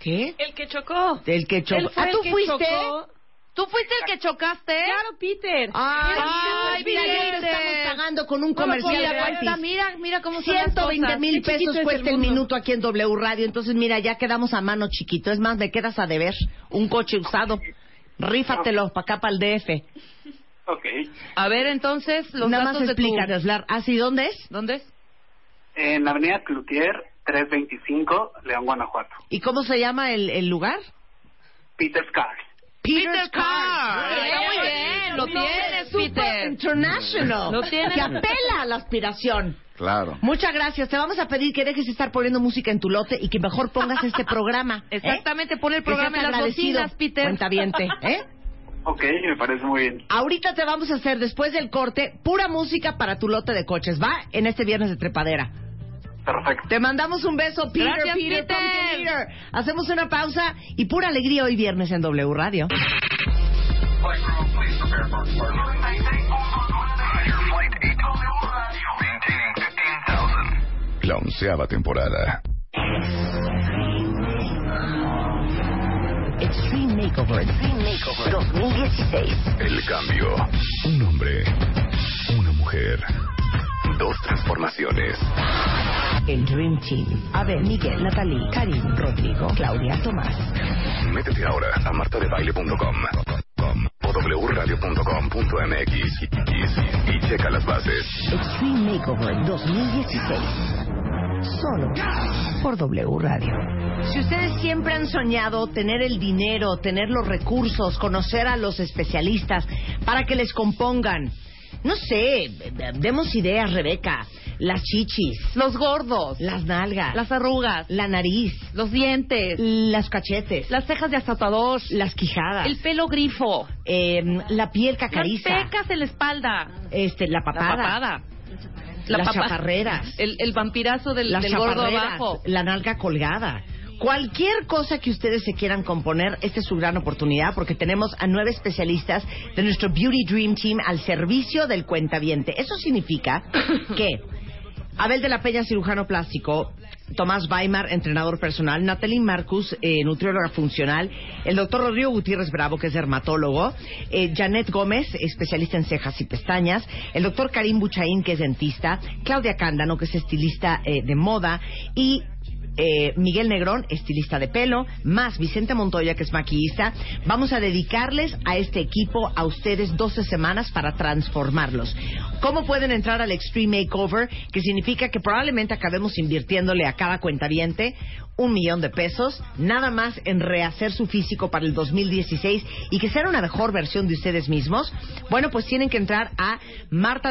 Speaker 4: ¿Qué?
Speaker 8: El que chocó.
Speaker 4: El que chocó.
Speaker 8: Él fue
Speaker 4: ¿Ah,
Speaker 8: el
Speaker 4: tú
Speaker 8: que
Speaker 4: fuiste?
Speaker 8: chocó.
Speaker 5: ¿Tú fuiste el que chocaste?
Speaker 8: Claro, Peter.
Speaker 4: Ay,
Speaker 8: Ay,
Speaker 4: mira, ya
Speaker 8: Peter.
Speaker 4: te estamos pagando con un
Speaker 8: No lo
Speaker 4: comercial
Speaker 8: podía creer.
Speaker 4: gratis.
Speaker 5: Mira, mira cómo son las
Speaker 4: 120
Speaker 5: cosas.
Speaker 4: mil
Speaker 5: Qué chiquito
Speaker 4: pesos
Speaker 5: es el
Speaker 4: cuesta el,
Speaker 5: mundo.
Speaker 4: minuto aquí en W Radio. Entonces, mira, ya quedamos a mano chiquito. Es más, me quedas a deber un coche usado. Rífatelo para acá, para el DF.
Speaker 9: Ok.
Speaker 5: A ver, entonces, los
Speaker 4: Nada más
Speaker 5: datos de tu...
Speaker 4: explícanos, Lar. Ah, sí, ¿dónde es?
Speaker 5: ¿Dónde es?
Speaker 9: En la avenida Cloutier, 325, León, Guanajuato.
Speaker 4: ¿Y cómo se llama el, el lugar?
Speaker 9: Peter's Car.
Speaker 4: Peter's
Speaker 5: Car.
Speaker 4: Está
Speaker 5: Bien,
Speaker 4: muy
Speaker 5: bien,
Speaker 4: No,
Speaker 5: lo tienes,
Speaker 4: super
Speaker 5: Peter.
Speaker 4: International.
Speaker 5: Lo tienes.
Speaker 4: Que apela a la aspiración.
Speaker 6: Claro.
Speaker 4: Muchas gracias. Te vamos a pedir que dejes de estar poniendo música en tu lote y que mejor pongas este programa. ¿eh?
Speaker 5: Exactamente, pon el
Speaker 4: Que
Speaker 5: programa
Speaker 4: seas
Speaker 5: en las
Speaker 4: agradecido,
Speaker 5: bocinas, Peter.
Speaker 4: cuentaviente, ¿eh?
Speaker 9: Ok, me parece muy bien.
Speaker 4: Ahorita te vamos a hacer, después del corte, pura música para tu lote de coches. Va en este viernes de trepadera.
Speaker 9: Perfecto.
Speaker 4: Te mandamos un beso, Peter,
Speaker 5: Gracias,
Speaker 4: Peter,
Speaker 5: Peter.
Speaker 4: Pumpkin Eater. Hacemos una pausa y pura alegría hoy viernes en W Radio.
Speaker 2: La onceava temporada.
Speaker 10: Extreme Makeover. Extreme Makeover 2016.
Speaker 2: El cambio. Un hombre. Una mujer. Dos transformaciones.
Speaker 10: El Dream Team. Abel, Miguel, Natalie, Karim, Rodrigo, Claudia, Tomás.
Speaker 2: Métete ahora a martadebaile.com com, o wradio.com.mx y, y checa las bases.
Speaker 10: Extreme Makeover 2016. Solo por W Radio.
Speaker 4: Si ustedes siempre han soñado tener el dinero, tener los recursos, conocer a los especialistas para que les compongan, no sé, d- demos ideas, Rebeca, las chichis,
Speaker 5: Los gordos,
Speaker 4: las nalgas,
Speaker 5: las arrugas,
Speaker 4: la nariz,
Speaker 5: los dientes,
Speaker 4: las cachetes,
Speaker 5: las cejas de azotador,
Speaker 4: las quijadas,
Speaker 5: el pelo grifo,
Speaker 4: eh, la piel cacariza,
Speaker 5: las pecas en la espalda,
Speaker 4: este, la
Speaker 5: la
Speaker 4: papada,
Speaker 5: papada,
Speaker 4: las
Speaker 5: papa-
Speaker 4: chaparreras,
Speaker 5: el, el vampirazo del,
Speaker 4: las
Speaker 5: del gordo
Speaker 4: chaparreras,
Speaker 5: abajo.
Speaker 4: la nalga colgada. Cualquier cosa que ustedes se quieran componer, esta es su gran oportunidad porque tenemos a nueve especialistas de nuestro Beauty Dream Team al servicio del cuentaviente. Eso significa que Abel de la Peña, cirujano plástico, Tomás Weimar, entrenador personal, Natalie Marcus, eh, nutrióloga funcional, el doctor Rodrigo Gutiérrez Bravo, que es dermatólogo, eh, Janet Gómez, especialista en cejas y pestañas, el doctor Karim Buchaín, que es dentista, Claudia Cándano, que es estilista eh, de moda, y eh, Miguel Negrón, estilista de pelo, más Vicente Montoya, que es maquillista. Vamos a dedicarles a este equipo, a ustedes, 12 semanas para transformarlos. ¿Cómo pueden entrar al Extreme Makeover? Que significa que probablemente acabemos invirtiéndole a cada cuentaviente un millón de pesos, nada más en rehacer su físico para el 2016 y que sea una mejor versión de ustedes mismos, bueno, pues tienen que entrar a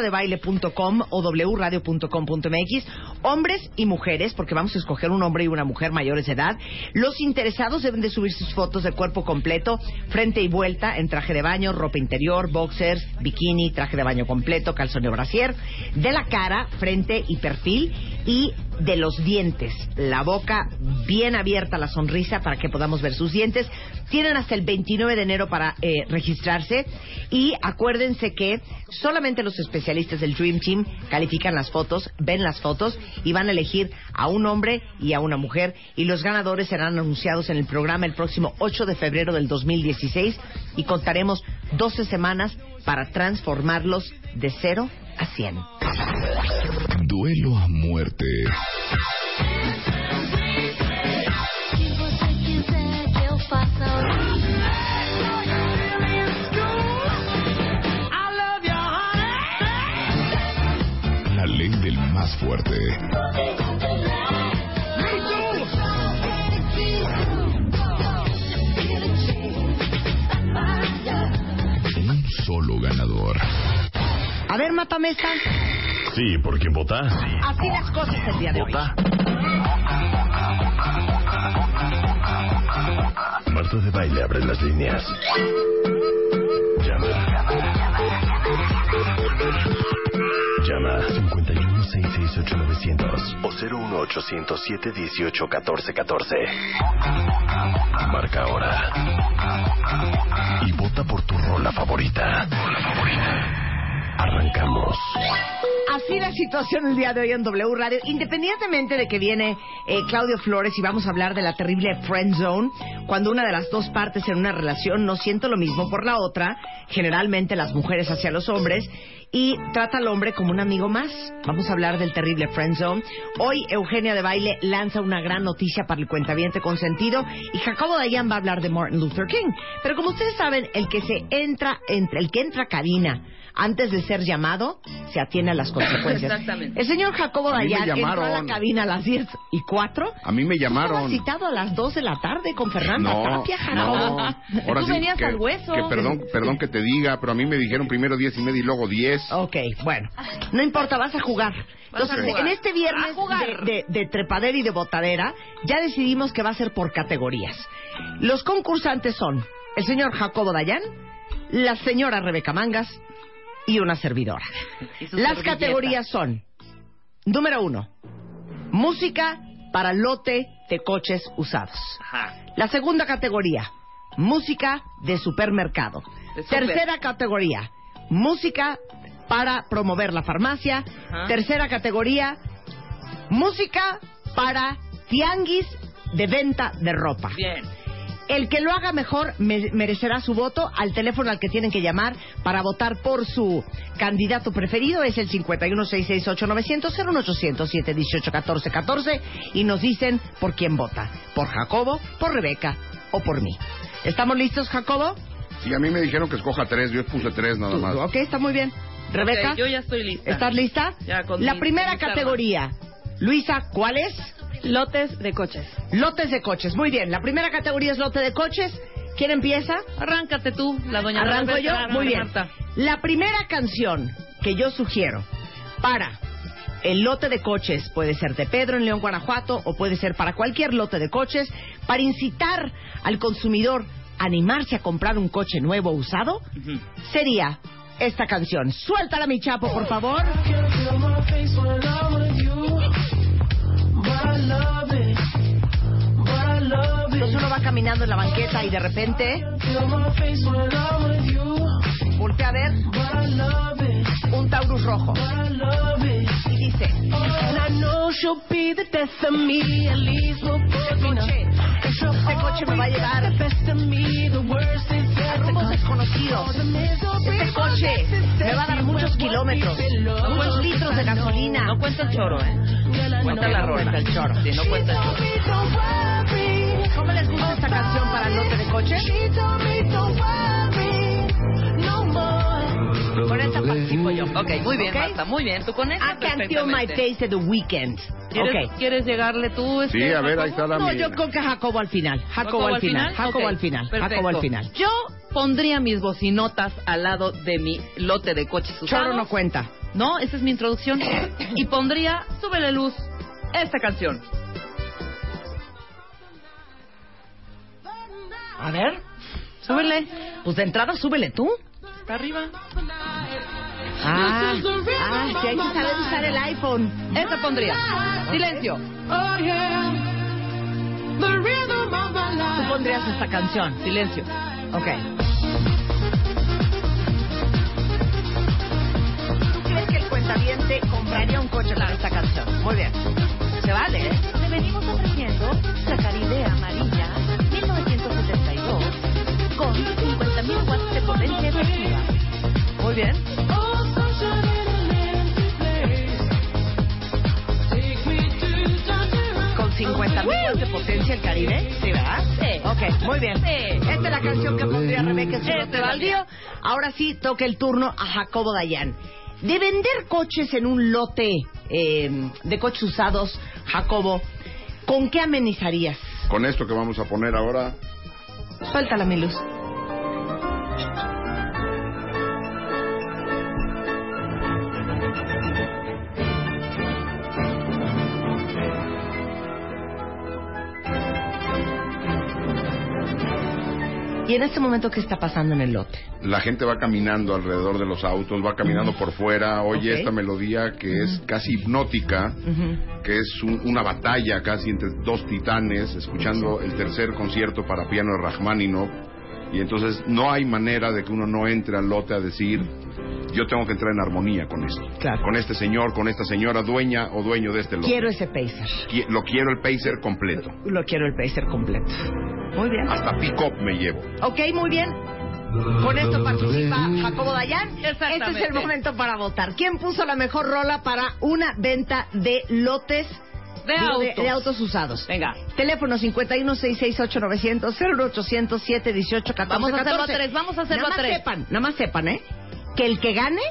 Speaker 4: martadebaile.com o wradio.com.mx, hombres y mujeres, porque vamos a escoger un hombre y una mujer mayores de edad. Los interesados deben de subir sus fotos de cuerpo completo, frente y vuelta, en traje de baño, ropa interior, boxers, bikini, traje de baño completo, calzón de brasier, de la cara, frente y perfil y de los dientes, la boca bien abierta, la sonrisa para que podamos ver sus dientes. Tienen hasta el 29 de enero para eh, registrarse y acuérdense que solamente los especialistas del Dream Team califican las fotos, ven las fotos y van a elegir a un hombre y a una mujer y los ganadores serán anunciados en el programa el próximo 8 de febrero del 2016 y contaremos 12 semanas para transformarlos de 0 a 100.
Speaker 8: Duelo a muerte. La ley del más fuerte. Un solo ganador.
Speaker 4: A ver, mátame esta.
Speaker 11: Sí, ¿por quién vota?
Speaker 4: Así las cosas el día de hoy.
Speaker 11: Marta de Baile abre las líneas. Llama 51 668 900 o 01 807 18 14 14. Marca ahora. Y vota por tu rola favorita. Arrancamos.
Speaker 4: Así la situación el día de hoy en W Radio, independientemente de que viene eh, Claudio Flores y vamos a hablar de la terrible friend zone, cuando una de las dos partes en una relación no siente lo mismo por la otra, generalmente las mujeres hacia los hombres, y trata al hombre como un amigo más. Vamos a hablar del terrible friend zone. Hoy Eugenia de Baile lanza una gran noticia para el cuentaviente consentido y Jacobo Dayan va a hablar de Martin Luther King. Pero como ustedes saben, el que se entra, entre el que entra a cabina antes de ser llamado, se atiene a las consecuencias.
Speaker 5: Exactamente.
Speaker 4: El señor Jacobo
Speaker 6: A mí me
Speaker 4: Dayan entró a la
Speaker 6: llamaron.
Speaker 4: cabina a las 10 y 4.
Speaker 6: A mí me
Speaker 4: Estaba
Speaker 6: llamaron.
Speaker 4: citado a las 2 de la tarde con Fernanda
Speaker 6: No,
Speaker 4: Tapia, Jacobo.
Speaker 6: no. Ahora
Speaker 4: Tú
Speaker 6: sí
Speaker 4: venías
Speaker 6: que-
Speaker 4: al hueso.
Speaker 6: que perdón, perdón que te diga, pero a mí me dijeron primero diez y media y luego diez.
Speaker 4: Ok, bueno. No importa, vas a jugar.
Speaker 6: Vas a
Speaker 4: Entonces,
Speaker 6: jugar.
Speaker 4: en este viernes de, de- de trepadera y de botadera, ya decidimos que va a ser por categorías. Los concursantes son el señor Jacobo Dayan, la señora Rebeca Mangas y una servidora. Las
Speaker 5: servilleta.
Speaker 4: categorías son, número uno, música para lote de coches usados. La segunda categoría, música de supermercado.
Speaker 5: De super.
Speaker 4: Tercera categoría, música para promover la farmacia.
Speaker 5: Ajá.
Speaker 4: Tercera categoría, música para tianguis de venta de ropa.
Speaker 5: Bien.
Speaker 4: El que lo haga mejor me- merecerá su voto al teléfono al que tienen que llamar para votar por su candidato preferido. Es el 51-668-900-01800-718-1414 y nos dicen por quién vota. Por Jacobo, por Rebeca o por mí. ¿Estamos listos, Jacobo?
Speaker 6: Sí, a mí me dijeron que escoja tres, yo puse tres nada más.
Speaker 4: Ok, está muy bien. Rebeca,
Speaker 5: Ok, yo ya estoy lista.
Speaker 4: ¿estás lista?
Speaker 5: Ya, con
Speaker 4: La
Speaker 5: mi-
Speaker 4: primera
Speaker 5: mi arma.
Speaker 4: categoría. Luisa, ¿cuál es?
Speaker 12: Lotes de coches.
Speaker 4: Lotes de coches. Muy bien. La primera categoría es lote de coches. ¿Quién empieza?
Speaker 5: Arráncate tú, la doña
Speaker 4: Arranco
Speaker 5: Marta.
Speaker 4: yo.
Speaker 5: Arranca,
Speaker 4: Muy bien.
Speaker 5: Marta.
Speaker 4: La primera canción que yo sugiero para el lote de coches puede ser de Pedro en León, Guanajuato, o puede ser para cualquier lote de coches, para incitar al consumidor a animarse a comprar un coche nuevo o usado, sería esta canción. Suéltala, mi chapo, por favor. Entonces uno va caminando en la banqueta y de repente voltea a ver un Taurus rojo. Y dice,
Speaker 1: And I know she'll be the death of me. At least we'll both be numb. And
Speaker 4: este coche me va a llevar a rumbos desconocidos. Este coche me va a dar muchos kilómetros, muchos litros de gasolina. No cuenta el choro, ¿eh?
Speaker 5: Cuenta la rola.
Speaker 4: Cuenta el choro.
Speaker 5: Sí, no cuenta el
Speaker 4: ¿Cómo les gusta esta canción para el lote de coche? Con esta participo yo.
Speaker 5: Ok, muy bien,
Speaker 4: ¿Ok?
Speaker 5: Marta, muy bien. Tú con esta
Speaker 4: I can feel my face at the weekend.
Speaker 5: ¿Quieres,
Speaker 4: Ok.
Speaker 5: ¿Quieres llegarle tú? este, Jacobo?
Speaker 4: No, yo creo que Jacobo al final. Jacobo al final. Jacobo
Speaker 5: Ok,
Speaker 4: al final.
Speaker 5: perfecto.
Speaker 4: Jacobo al final.
Speaker 5: Yo pondría mis bocinotas al lado de mi lote de coches usados.
Speaker 4: Choro no cuenta.
Speaker 5: No, esa es mi introducción. y pondría, súbele luz, esta canción.
Speaker 4: A ver, súbele. Pues de entrada súbele tú.
Speaker 5: Está arriba.
Speaker 4: Ah, ah, que hay que saber usar el iPhone. Eh,
Speaker 5: Esa pondría. Silencio. Oh,
Speaker 4: Tú pondrías esta canción.
Speaker 5: Silencio.
Speaker 4: Ok. ¿Tú crees que el cuentaviente compraría un coche con esta canción? Muy bien. Se vale, ¿eh?
Speaker 13: Le venimos ofreciendo Sacaridea Amarilla 1972 con 50.000 watts de potencia efectiva.
Speaker 5: Muy bien.
Speaker 4: Con 50 millas de potencia el Caribe. Sí, ¿verdad? Sí. Ok, muy bien. Esta es la canción que pondría Rebeca. si no
Speaker 10: Este
Speaker 4: te
Speaker 10: valió.
Speaker 4: valió. Ahora sí, toca el turno a Jacobo Dayan. De vender coches en un lote eh, de coches usados, Jacobo, ¿con qué amenizarías?
Speaker 6: Con esto que vamos a poner ahora,
Speaker 4: Suéltala, mi luz. ¿Y en este momento qué está pasando en el lote?
Speaker 6: la gente va caminando alrededor de los autos, va caminando por fuera, oye
Speaker 4: Ok.
Speaker 6: esta melodía que es casi hipnótica, que es un- una batalla casi entre dos titanes, escuchando el tercer concierto para piano de Rachmaninoff. Y entonces no hay manera de que uno no entre al lote a decir, yo tengo que entrar en armonía con esto. Con este señor, con esta señora, dueña o dueño de este lote.
Speaker 4: Quiero ese Pacer.
Speaker 6: Qui- Lo quiero el Pacer completo.
Speaker 4: Lo quiero el Pacer completo. Muy bien.
Speaker 6: Hasta pick-up me llevo.
Speaker 4: Ok, muy bien. Con esto participa Jacobo Dayan. Este es el momento para votar. ¿Quién puso la mejor rola para una venta de lotes
Speaker 5: De
Speaker 4: digo,
Speaker 5: autos.
Speaker 4: de autos usados?
Speaker 5: Venga.
Speaker 4: Teléfono 51 668 900 0800 718 14
Speaker 5: Vamos a hacerlo a tres, vamos a hacerlo
Speaker 4: nada
Speaker 5: a tres.
Speaker 4: Más sepan, nada más sepan, ¿eh? Que el que gane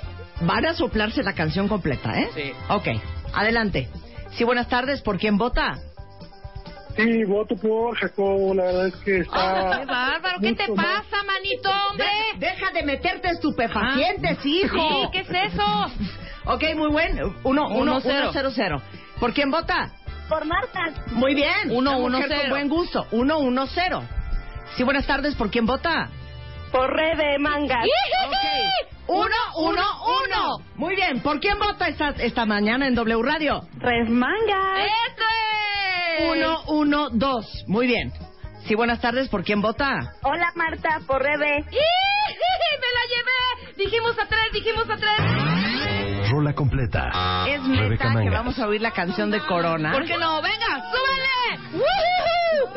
Speaker 4: van a soplarse la canción completa, ¿eh?
Speaker 5: Sí.
Speaker 4: Ok, adelante. Sí, buenas tardes. ¿Por quién vota?
Speaker 14: Sí, voto por Jacobo, la verdad es que
Speaker 5: Ah, qué
Speaker 14: está...
Speaker 5: bárbaro. ¿Qué te pasa, manito, hombre? Ah,
Speaker 4: Deja, deja de meterte estupefacientes, hijo.
Speaker 5: Sí, ¿qué es eso?
Speaker 4: Ok, muy buen. Uno, uno,
Speaker 5: Uno,
Speaker 4: uno,
Speaker 5: cero.
Speaker 4: cero, cero. ¿Por quién vota?
Speaker 13: Por Marta.
Speaker 4: Muy bien.
Speaker 5: Uno,
Speaker 4: Una
Speaker 5: uno,
Speaker 4: mujer
Speaker 5: cero.
Speaker 4: Con buen gusto. Uno, uno, cero. Sí, buenas tardes. ¿Por quién vota?
Speaker 13: Por Rebe Mangas.
Speaker 4: Ok. Uno, uno, uno. Muy bien. ¿Por quién vota esta, esta mañana en W Radio?
Speaker 13: Res Mangas.
Speaker 5: ¡Eso es!
Speaker 4: Uno, uno, dos. Muy bien. Sí, buenas tardes. ¿Por quién vota?
Speaker 13: Hola Marta, por Rebe.
Speaker 5: ¡Ih! ¡Me la llevé! Dijimos a tres, dijimos a tres.
Speaker 11: Rola completa.
Speaker 4: Es
Speaker 11: Rebeca
Speaker 4: neta que
Speaker 11: Mangas.
Speaker 4: vamos a oír la canción de Corona.
Speaker 5: ¿Por qué no? ¡Venga, súbele!
Speaker 4: Oh,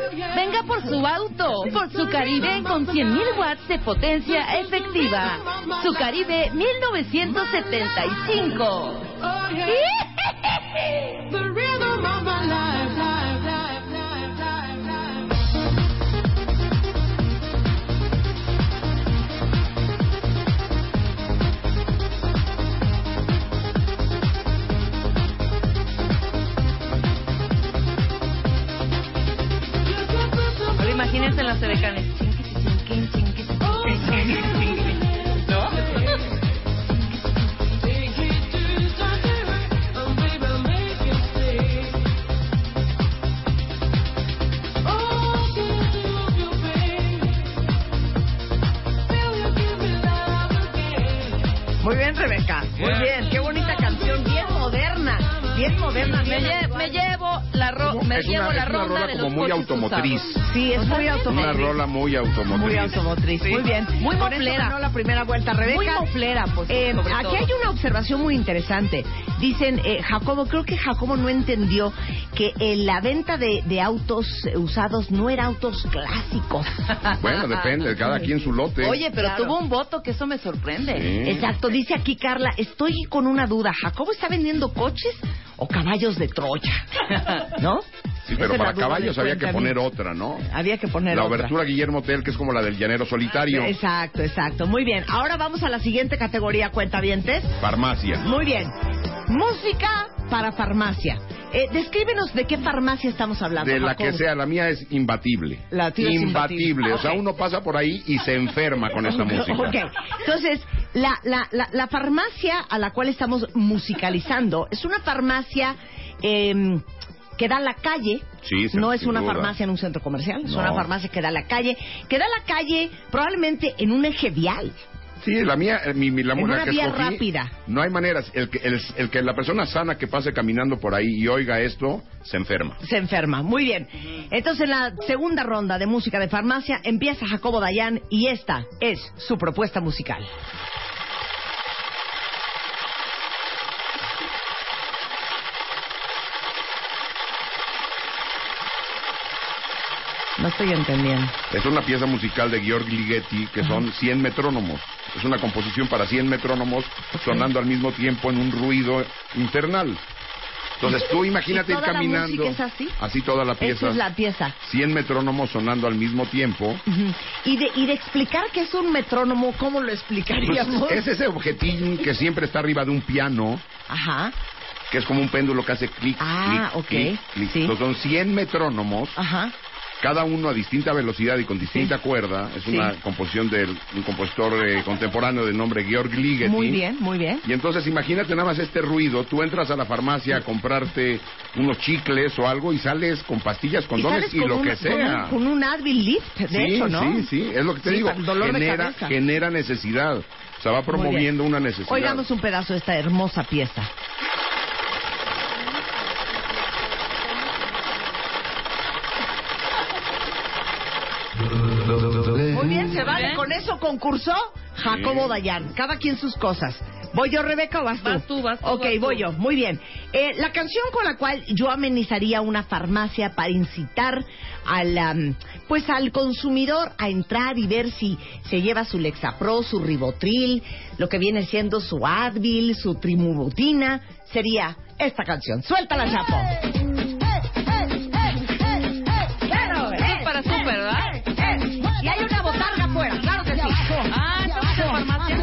Speaker 5: ¡Woohoo! Venga por su auto, por su Caribe con 100.000 watts de potencia efectiva. Su Caribe 1975.
Speaker 4: Oh,
Speaker 5: Ahora imagínense en las edecanes.
Speaker 4: Muy bien, Rebeca. Muy bien. Qué bonita canción. Bien moderna. bien moderna.
Speaker 5: Me, lle- me llevo la, ro- me
Speaker 6: Es
Speaker 5: llevo
Speaker 6: una-
Speaker 5: la
Speaker 6: es una
Speaker 5: ronda
Speaker 6: rola
Speaker 5: de
Speaker 6: como
Speaker 5: los
Speaker 6: muy
Speaker 5: coches
Speaker 6: automotriz.
Speaker 5: usados.
Speaker 4: Sí, es muy
Speaker 6: Una
Speaker 4: automotriz.
Speaker 6: rola muy automotriz.
Speaker 4: Muy automotriz. Muy bien.
Speaker 5: Muy
Speaker 4: Por eso
Speaker 5: moflera.
Speaker 4: ganó la primera vuelta, Rebeca.
Speaker 5: Muy moflera, pues,
Speaker 4: Eh,
Speaker 5: sobre
Speaker 4: aquí
Speaker 5: todo.
Speaker 4: hay una observación muy interesante. Dicen, eh, Jacobo, creo que Jacobo no entendió que eh, la venta de, de autos eh, usados no era autos clásicos. Ah,
Speaker 6: Bueno, depende, cada quien su lote.
Speaker 5: Oye, pero
Speaker 4: Claro.
Speaker 5: tuvo un voto que eso me sorprende.
Speaker 6: Sí.
Speaker 4: Exacto, dice aquí Carla, estoy con una duda. ¿Jacobo está vendiendo coches o caballos de Troya? ¿No?
Speaker 6: Sí, pero
Speaker 4: Esa es la
Speaker 6: para
Speaker 4: duda
Speaker 6: caballos
Speaker 4: de
Speaker 6: había que
Speaker 4: Cuéntame.
Speaker 6: poner otra, ¿no?
Speaker 4: Había que poner
Speaker 6: La
Speaker 4: otra.
Speaker 6: obertura Guillermo Tell, que es como la del llanero solitario.
Speaker 4: Exacto, exacto. Muy bien. Ahora vamos a la siguiente categoría, cuentavientes.
Speaker 6: Farmacia.
Speaker 4: Muy bien. Música para farmacia. Eh, descríbenos de qué farmacia estamos hablando.
Speaker 6: De la
Speaker 4: Jacobo.
Speaker 6: que sea, la mía es imbatible.
Speaker 4: La tuya es imbatible.
Speaker 6: O sea, uno pasa por ahí y se enferma con esta música.
Speaker 4: Ok. Entonces, la, la, la, la farmacia a la cual estamos musicalizando es una farmacia eh, que da a la calle.
Speaker 6: Sí, sí,
Speaker 4: no es
Speaker 6: sin
Speaker 4: una
Speaker 6: duda.
Speaker 4: farmacia en un centro comercial, es
Speaker 6: No.
Speaker 4: una farmacia que da a la calle, que da a la calle probablemente en un eje vial.
Speaker 6: Sí, la mía, eh, mi, mi- la
Speaker 4: En
Speaker 6: mujer
Speaker 4: una
Speaker 6: que
Speaker 4: vía
Speaker 6: escogí,
Speaker 4: rápida.
Speaker 6: No hay maneras. El que, el, el que la persona sana que pase caminando por ahí y oiga esto, se enferma.
Speaker 4: Se enferma, muy bien. Entonces, en la segunda ronda de música de farmacia empieza Jacobo Dayan y esta es su propuesta musical. No estoy entendiendo.
Speaker 6: Es una pieza musical de Georg Ligeti que son 100 metrónomos. Es una composición para 100 metrónomos sonando al mismo tiempo en un ruido infernal. Entonces tú imagínate
Speaker 4: ¿Y
Speaker 6: ir
Speaker 4: toda la música
Speaker 6: caminando.
Speaker 4: es así?
Speaker 6: toda la pieza.
Speaker 4: Esa es la pieza.
Speaker 6: 100 metrónomos sonando al mismo tiempo.
Speaker 4: Ujú. Y de, y de explicar que es un metrónomo, ¿cómo lo explicaríamos?
Speaker 6: Pues, es ese objetín que siempre está arriba de un piano,
Speaker 4: Ajá.
Speaker 6: que es como un péndulo que hace clic,
Speaker 4: Ah,
Speaker 6: clic,
Speaker 4: ok,
Speaker 6: clic, clic.
Speaker 4: sí.
Speaker 6: Entonces, son 100 metrónomos,
Speaker 4: Ajá.
Speaker 6: cada uno a distinta velocidad y con distinta cuerda. Es
Speaker 4: Sí.
Speaker 6: una composición de un compositor eh, contemporáneo de nombre Georg Ligeti.
Speaker 4: Muy bien, muy bien.
Speaker 6: Y entonces imagínate nada más este ruido, tú entras a la farmacia a comprarte unos chicles o algo y sales con pastillas, condones
Speaker 4: sales
Speaker 6: y
Speaker 4: con
Speaker 6: lo
Speaker 4: un-
Speaker 6: que sea.
Speaker 4: Con un, con un Advil Lift, de
Speaker 6: sí,
Speaker 4: hecho, ¿no?
Speaker 6: sí, sí, es lo que te
Speaker 4: Sí,
Speaker 6: digo,
Speaker 4: para el dolor de
Speaker 6: genera,
Speaker 4: cabeza.
Speaker 6: genera necesidad, o sea, va promoviendo una necesidad.
Speaker 4: Oigamos un pedazo de esta hermosa pieza. Muy bien, se vale. Con eso concursó Jacobo Dayan. Cada quien sus cosas. ¿Voy yo, Rebeca, o vas tú? Vas tú, vas tú. Ok, voy yo. Muy bien. Eh, la canción con la cual yo amenizaría una farmacia para incitar al, am, pues al consumidor a entrar y ver si se lleva su Lexapro, su Ribotril, lo que viene siendo su Advil, su Trimubutina, sería esta canción. Suéltala, Chapo.
Speaker 5: Es para súper, ¿verdad?
Speaker 4: Eh, Y hay una botarga afuera, claro que sí.
Speaker 5: Ah, entonces es farmacia.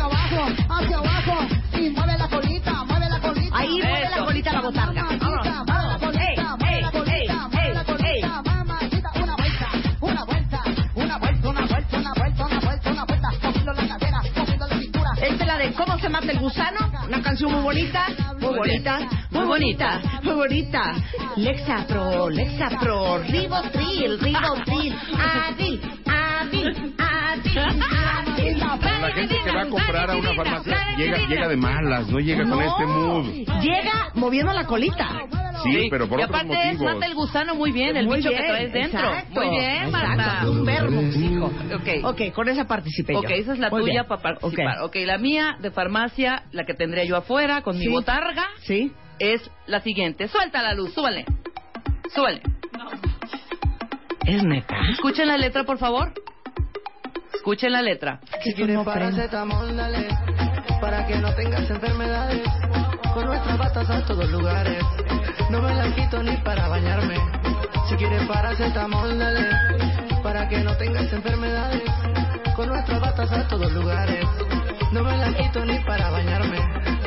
Speaker 13: Hacia abajo y mueve la colita, mueve la colita.
Speaker 4: Ahí mueve la
Speaker 13: Eso.
Speaker 4: colita a la botarga. Vámonos, vámonos. Ah. Ey, ey, ey, ey, ey. Esta es la de ¿Cómo se mata el gusano? Una canción muy bonita, muy bonita, muy bonita, muy bonita. Lexapro, Lexapro, Ribotril, Ribotril, Adil, Adil, Adil, Adil.
Speaker 6: La gente que va a comprar a una farmacia llega, llega de malas, no llega con este mood.
Speaker 4: Llega moviendo la colita.
Speaker 6: Sí, pero por
Speaker 5: y
Speaker 6: otros
Speaker 5: aparte es,
Speaker 6: motivos.
Speaker 5: mata el gusano muy bien, el
Speaker 4: Muy
Speaker 5: bicho
Speaker 4: bien,
Speaker 5: que traes dentro.
Speaker 4: exacto,
Speaker 5: muy bien,
Speaker 4: exacto,
Speaker 5: Marta.
Speaker 4: es un verbo, hijo.
Speaker 5: Ok.
Speaker 4: Ok, con esa participé yo.
Speaker 5: Ok, esa es la
Speaker 4: Muy
Speaker 5: tuya
Speaker 4: bien.
Speaker 5: para participar.
Speaker 4: Ok.
Speaker 5: Ok, la mía de farmacia, la que tendría yo afuera con
Speaker 4: Sí.
Speaker 5: mi botarga,
Speaker 4: Sí.
Speaker 5: es la siguiente. Suelta la luz, súbale. Súbale.
Speaker 4: Es neta.
Speaker 5: Escuchen la letra, por favor. Escuchen la letra.
Speaker 4: Si tú no crees.
Speaker 15: Paracetamol, dale, para que no tengas enfermedades. Con nuestras batas a todos lugares, no me las quito ni para bañarme. Si quieres paracetamol, dale, para que no tengas enfermedades. Con nuestras batas a todos lugares, no me las quito ni para bañarme.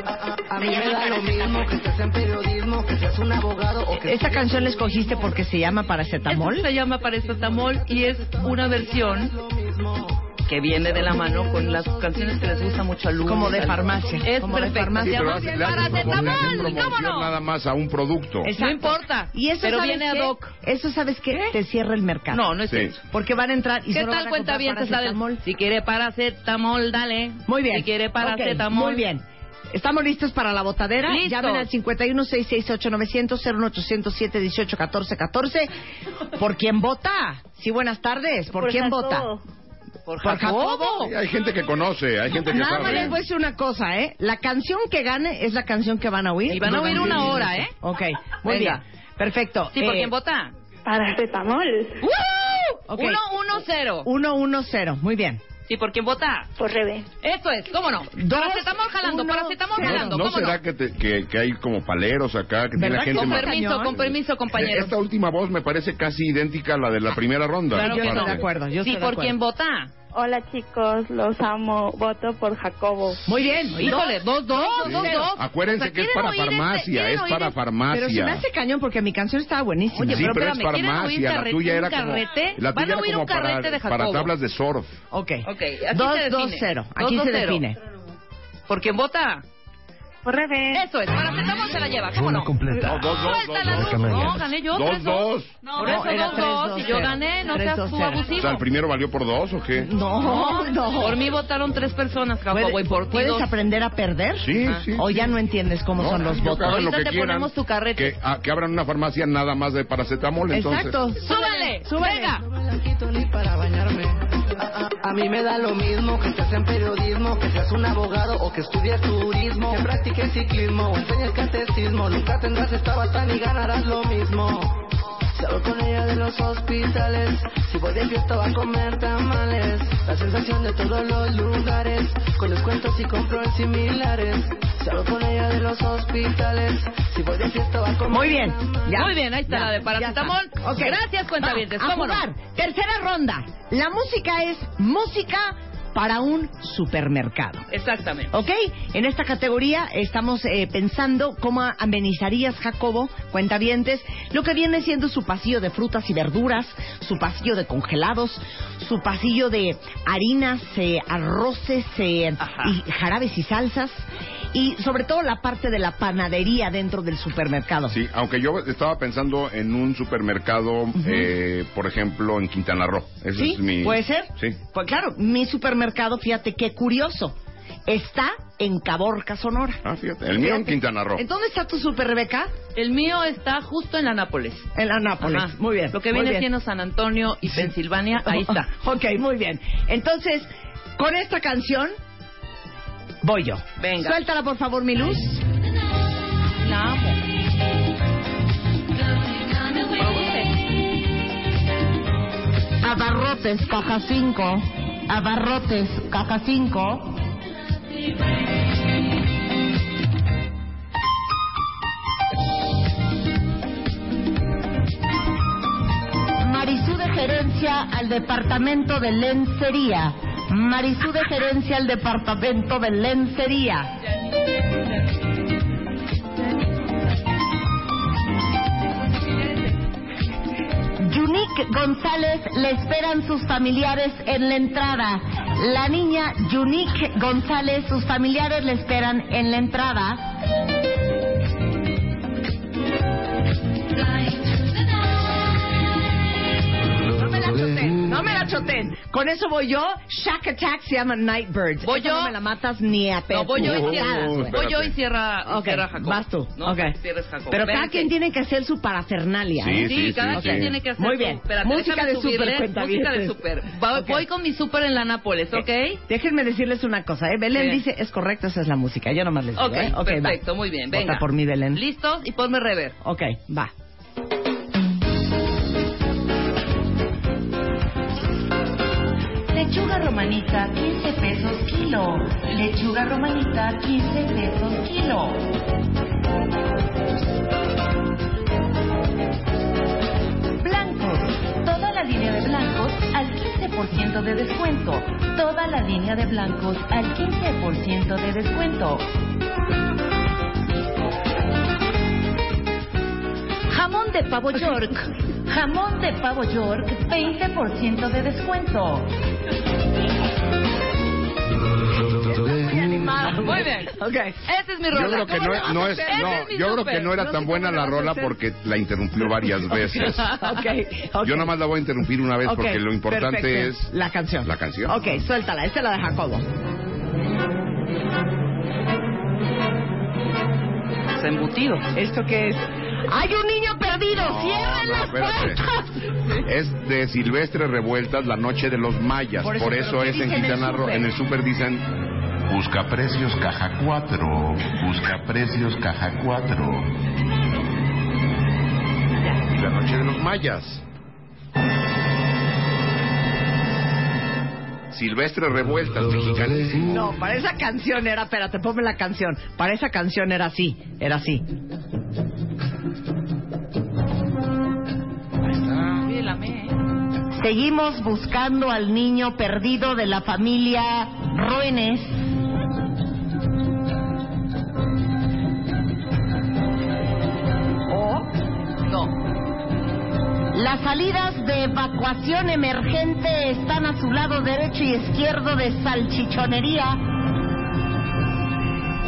Speaker 15: A, a- a mí me da lo mismo que estés en periodismo, que seas un abogado o que
Speaker 4: ¿Esta canción la escogiste porque se llama Paracetamol?
Speaker 5: Se llama paracetamol y es una versión que viene de la mano con las canciones que les gusta mucho a Luz.
Speaker 4: Como de
Speaker 5: al-
Speaker 4: farmacia,
Speaker 5: Es
Speaker 4: como de
Speaker 5: perfecta.
Speaker 6: Sí,
Speaker 5: Se
Speaker 6: pero
Speaker 5: llama
Speaker 6: hace- le hace promo- le hace
Speaker 5: paracetamol, ¿cómo
Speaker 6: promoción
Speaker 5: no?
Speaker 6: nada más a un producto.
Speaker 5: No importa.
Speaker 4: Y eso
Speaker 5: pero
Speaker 4: ¿sabes
Speaker 5: viene ad
Speaker 4: qué?
Speaker 5: hoc.
Speaker 4: Eso sabes que te cierra el mercado.
Speaker 5: No, no es
Speaker 6: Sí.
Speaker 5: eso.
Speaker 4: Porque van a entrar y
Speaker 5: ¿Qué
Speaker 4: solo van
Speaker 5: tal
Speaker 4: a
Speaker 5: cuenta
Speaker 4: comprar
Speaker 5: bien?
Speaker 4: paracetamol.
Speaker 5: Si quiere paracetamol, dale.
Speaker 4: Muy bien.
Speaker 5: Si quiere
Speaker 4: Ok,
Speaker 5: paracetamol.
Speaker 4: muy bien. Estamos listos para la botadera.
Speaker 7: Listos.
Speaker 4: Llamen al 51-668-900-01807-1814-14. ¿Por quién vota? Sí, buenas tardes.
Speaker 13: Pues
Speaker 5: Pues
Speaker 4: ¿Por, quién vota?
Speaker 6: Por
Speaker 4: Jacobo.
Speaker 6: Sí, hay gente que conoce, hay gente que
Speaker 4: Nada más
Speaker 6: sabe.
Speaker 4: les voy a decir una cosa, ¿eh? La canción que gane es la canción que van a oír.
Speaker 6: Y van a oír
Speaker 4: durante
Speaker 6: una
Speaker 4: el
Speaker 6: hora,
Speaker 4: inicio. Ok, muy
Speaker 5: ¿eh? Venga.
Speaker 4: bien. Perfecto.
Speaker 5: Sí, ¿por
Speaker 4: Eh,
Speaker 5: quién vota?
Speaker 4: Para Cetamol.
Speaker 5: ¡Woo! 1-1-0.
Speaker 4: 1-1-0, muy bien.
Speaker 5: ¿Y por quién vota?
Speaker 13: Por Rebe.
Speaker 5: Esto es, ¿cómo no?
Speaker 4: Dos,
Speaker 5: Paracetamol jalando,
Speaker 4: uno,
Speaker 5: paracetamol
Speaker 4: cero.
Speaker 5: jalando,
Speaker 6: ¿No
Speaker 5: ¿cómo
Speaker 6: será
Speaker 5: no?
Speaker 6: Que, te- que, que hay como paleros acá? Que tiene la
Speaker 5: ¿Verdad?
Speaker 6: gente
Speaker 5: Con
Speaker 6: más-
Speaker 5: permiso, con permiso, compañeros.
Speaker 6: Esta última voz me parece casi idéntica a la de la primera ronda.
Speaker 5: Ah, Claro
Speaker 6: de
Speaker 5: que
Speaker 6: parte.
Speaker 5: no. Sí, ¿por quién vota?
Speaker 13: Hola chicos, los amo. Voto por Jacobo.
Speaker 4: Muy bien.
Speaker 5: Híjole, dos, dos,
Speaker 6: Sí.
Speaker 5: dos, dos.
Speaker 6: Acuérdense
Speaker 5: O sea,
Speaker 6: que es
Speaker 5: ¿quieren
Speaker 6: para
Speaker 5: oír este-
Speaker 6: farmacia,
Speaker 5: quieren
Speaker 6: es
Speaker 5: oír
Speaker 6: para
Speaker 5: este-
Speaker 6: farmacia.
Speaker 4: Pero se me hace cañón porque mi canción estaba buenísima.
Speaker 6: Sí, pero es
Speaker 5: espérame, ¿quieren oír
Speaker 6: farmacia, la
Speaker 5: carrete-
Speaker 6: tuya
Speaker 5: un
Speaker 6: era como...
Speaker 5: carrete?
Speaker 6: La
Speaker 5: Van a
Speaker 6: tuya era
Speaker 5: oír
Speaker 6: como
Speaker 5: un carrete
Speaker 6: para,
Speaker 5: de Jacobo.
Speaker 6: para tablas de surf.
Speaker 4: Ok.
Speaker 5: Ok, aquí
Speaker 4: Dos,
Speaker 5: se define.
Speaker 4: dos, cero. Aquí
Speaker 5: Dos,
Speaker 4: se
Speaker 5: dos, cero.
Speaker 4: define.
Speaker 5: ¿Por quién vota?
Speaker 13: Por Rebe.
Speaker 5: Eso es, paracetamol se la lleva, ¿cómo no?
Speaker 6: eh, oh,
Speaker 11: completa.
Speaker 5: Suelta la
Speaker 11: dos,
Speaker 5: luz.
Speaker 11: dos.
Speaker 5: No, gané yo.
Speaker 6: Dos,
Speaker 5: tres, dos.
Speaker 6: dos.
Speaker 5: No, por eso
Speaker 4: era
Speaker 5: dos,
Speaker 4: tres,
Speaker 5: dos.
Speaker 4: dos,
Speaker 5: Y yo
Speaker 4: cero.
Speaker 5: gané, no
Speaker 4: Tres,
Speaker 5: seas
Speaker 4: dos,
Speaker 5: tú
Speaker 4: cero.
Speaker 6: O
Speaker 5: abusivo.
Speaker 6: sea, ¿el primero valió por dos o qué?
Speaker 4: No, no.
Speaker 5: Por mí votaron tres personas, Jacobo, y
Speaker 4: ¿Puedes,
Speaker 5: por ti
Speaker 4: puedes
Speaker 5: dos.
Speaker 4: aprender a perder?
Speaker 6: Sí,
Speaker 5: Ah.
Speaker 6: Ajá. sí,
Speaker 4: O ya no entiendes cómo
Speaker 6: No,
Speaker 4: son los
Speaker 6: yo
Speaker 4: votos.
Speaker 6: hagan lo que
Speaker 5: Ahorita te
Speaker 6: quieran,
Speaker 5: ponemos tu carrete.
Speaker 6: Que, ah, que abran una farmacia nada más de paracetamol, entonces.
Speaker 4: Exacto.
Speaker 5: ¡Súbale!
Speaker 4: Súbale.
Speaker 5: ¡Venga!
Speaker 15: No me la quito ni para bañarme. A, a- a mí me da lo mismo que estés en periodismo, que seas un abogado o que estudies turismo, que practiques ciclismo o enseñes catecismo. Nunca tendrás esta batalla y ganarás lo mismo. Salgo con ella de los hospitales, si voy de fiesta va a comer tamales. La sensación de todos los lugares, con descuentos y compro en similares. Salgo con ella de los hospitales, si voy de fiesta va a comer
Speaker 4: Muy bien. Ya.
Speaker 5: Muy bien, ahí está
Speaker 4: Ya,
Speaker 5: la de paracetamol.
Speaker 4: ya está. Ok.
Speaker 5: Gracias, cuentavientes.
Speaker 4: Va, A
Speaker 5: ¿Cómo no?
Speaker 4: jugar. Tercera ronda. La música es música para un supermercado.
Speaker 5: Exactamente.
Speaker 4: ¿Ok? En esta categoría estamos eh, pensando cómo amenizarías, Jacobo, cuentavientes, lo que viene siendo su pasillo de frutas y verduras, su pasillo de congelados, su pasillo de harinas, eh, arroces eh, y jarabes y salsas, y sobre todo la parte de la panadería dentro del supermercado.
Speaker 6: Sí, aunque yo estaba pensando en un supermercado, eh, por ejemplo, en Quintana Roo. Ese
Speaker 4: ¿Sí?
Speaker 6: es mi...
Speaker 4: ¿Puede ser?
Speaker 6: Sí.
Speaker 4: Pues claro, mi supermercado, fíjate qué curioso, está en Caborca, Sonora.
Speaker 6: Ah, fíjate. El mío en Quintana Roo.
Speaker 4: ¿En dónde está tu superbeca?
Speaker 5: El mío está justo en la Nápoles.
Speaker 4: En la Nápoles.
Speaker 5: Ajá.
Speaker 4: Muy bien.
Speaker 5: Lo que
Speaker 4: muy
Speaker 5: viene
Speaker 4: bien.
Speaker 5: siendo San Antonio y Pensilvania, ahí está.
Speaker 4: ok, muy bien. Entonces, con esta canción voy yo.
Speaker 5: Venga.
Speaker 4: Suéltala, por favor, mi luz.
Speaker 5: La amo.
Speaker 4: Abarrotes, caja 5. Abarrotes, caja 5.
Speaker 16: Marisú de gerencia al departamento de lencería. Marisú de gerencia al departamento de lencería. Yunique González le esperan sus familiares en la entrada. La niña Yunique González, sus familiares le esperan en la entrada.
Speaker 4: No me la choten, no me la choten. Con eso voy yo. Shack Attack se llama Nightbirds.
Speaker 5: Voy
Speaker 4: Esa
Speaker 5: yo.
Speaker 4: No me la matas ni a pedo.
Speaker 5: No, voy yo y cierra.
Speaker 6: Oh,
Speaker 5: voy yo y
Speaker 6: espérate.
Speaker 5: cierra, y
Speaker 4: Ok,
Speaker 5: cierra Jacob.
Speaker 4: vas tú.
Speaker 5: No,
Speaker 4: Ok.
Speaker 5: cierres Jacob.
Speaker 4: Pero cada
Speaker 5: Vente.
Speaker 4: quien tiene que hacer su parafernalia.
Speaker 6: Sí,
Speaker 4: ¿eh?
Speaker 5: Sí, cada
Speaker 6: sí,
Speaker 5: quien
Speaker 6: sí.
Speaker 5: tiene que hacer
Speaker 4: Muy
Speaker 5: su-
Speaker 4: bien.
Speaker 5: espérate,
Speaker 4: Música
Speaker 5: déjame
Speaker 4: de súper,
Speaker 5: subirle, Música de
Speaker 4: cuentavientes.
Speaker 5: súper. Va-
Speaker 4: Ok.
Speaker 5: Voy con mi súper en la Nápoles, ¿ok?
Speaker 4: Déjenme decirles una cosa, ¿eh? Belén
Speaker 5: Bien.
Speaker 4: dice, es correcto, esa es la música. Yo nomás les digo,
Speaker 5: Ok,
Speaker 4: ¿eh? va.
Speaker 5: perfecto, muy bien, venga.
Speaker 4: Vota por mí, Belén.
Speaker 5: ¿Listos? Y ponme rever.
Speaker 4: Ok, va.
Speaker 16: Lechuga romanita, 15 pesos kilo. Lechuga romanita, 15 pesos kilo. Blancos, toda la línea de blancos al 15% de descuento. Toda la línea de blancos al 15% de descuento. Jamón de pavo York. Jamón de pavo York, 20% de descuento.
Speaker 5: Muy bien.
Speaker 4: Ok.
Speaker 5: Ese es mi
Speaker 6: Yo
Speaker 5: rola.
Speaker 6: creo que
Speaker 5: ¿Cómo
Speaker 6: no,
Speaker 5: le vas a
Speaker 6: no es,
Speaker 5: hacer? Ese
Speaker 6: no,
Speaker 5: es mi
Speaker 6: yo creo
Speaker 5: súper.
Speaker 6: que no era
Speaker 5: No sé
Speaker 6: tan
Speaker 5: cómo
Speaker 6: buena
Speaker 5: le
Speaker 6: la
Speaker 5: vas a
Speaker 6: rola
Speaker 5: hacer.
Speaker 6: porque la interrumpió varias veces.
Speaker 4: ok, ok.
Speaker 6: Yo nada más la voy a interrumpir una vez
Speaker 4: Ok,
Speaker 6: porque lo importante
Speaker 4: perfecto.
Speaker 6: es
Speaker 4: La canción.
Speaker 6: la canción.
Speaker 4: Ok, suéltala. Esta es la de Jacobo.
Speaker 5: está embutido.
Speaker 4: ¿Esto qué es?
Speaker 16: ¡Hay un niño perdido! ¡Cierren las
Speaker 6: espérate. Es de Silvestre Revueltas, la noche de los mayas.
Speaker 16: Por
Speaker 6: Por
Speaker 16: eso, ¿pero
Speaker 6: eso,
Speaker 16: qué
Speaker 6: es en
Speaker 16: dicen en
Speaker 6: Quintana
Speaker 16: el
Speaker 6: Roo.
Speaker 16: súper?
Speaker 6: En el súper dicen, busca precios caja 4, busca precios caja 4. Y la noche de los mayas. Silvestre Revueltas, mexicanísimo.
Speaker 4: No, para esa canción era, espérate, ponme la canción. Para esa canción era así, era así.
Speaker 5: Sí, la amé, ¿eh?
Speaker 16: Seguimos buscando al niño perdido de la familia Roenes. ¿O? No. Las salidas de evacuación emergente están a su lado derecho y izquierdo de salchichonería.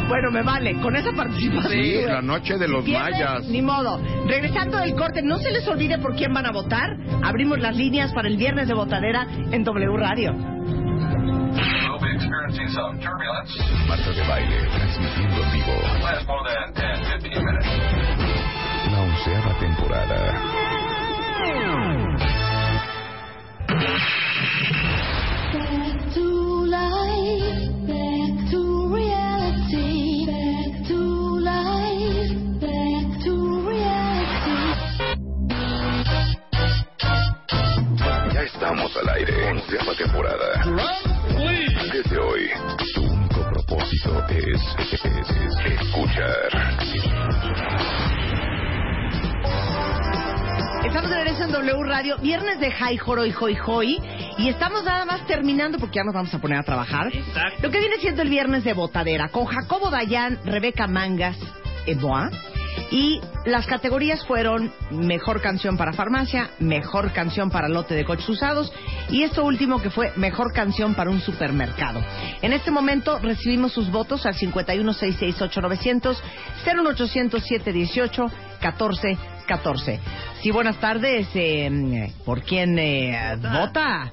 Speaker 4: Bueno, me vale, con esa participación.
Speaker 6: Sí, la noche de los
Speaker 4: pierden,
Speaker 6: mayas.
Speaker 4: Ni modo. Regresando del corte, no se les olvide por quién van a votar. Abrimos las líneas para el viernes de votadera en W Radio.
Speaker 2: We'll be experiencing some turbulence.
Speaker 8: Marta de baile, transmitiendo en vivo
Speaker 2: Last more than 10, 15 minutes.
Speaker 8: la onceava temporada.
Speaker 13: Back to life, back to reality, back to life, back to reality.
Speaker 2: Ya estamos al aire. Onceava temporada. Desde hoy, tu único propósito es, es- es escuchar.
Speaker 4: Estamos de regreso en W Radio, viernes de Jai Joroi Joy Joy. Y estamos nada más terminando porque ya nos vamos a poner a trabajar. Lo que viene siendo el viernes de botadera con Jacobo Dayan, Rebeca Mangas, Eboa. Y las categorías fueron mejor canción para farmacia, mejor canción para lote de coches usados y esto último que fue mejor canción para un supermercado. En este momento recibimos sus votos al 51668900 0180718 14 14. Sí, buenas tardes. eh, ¿Por quién eh, vota?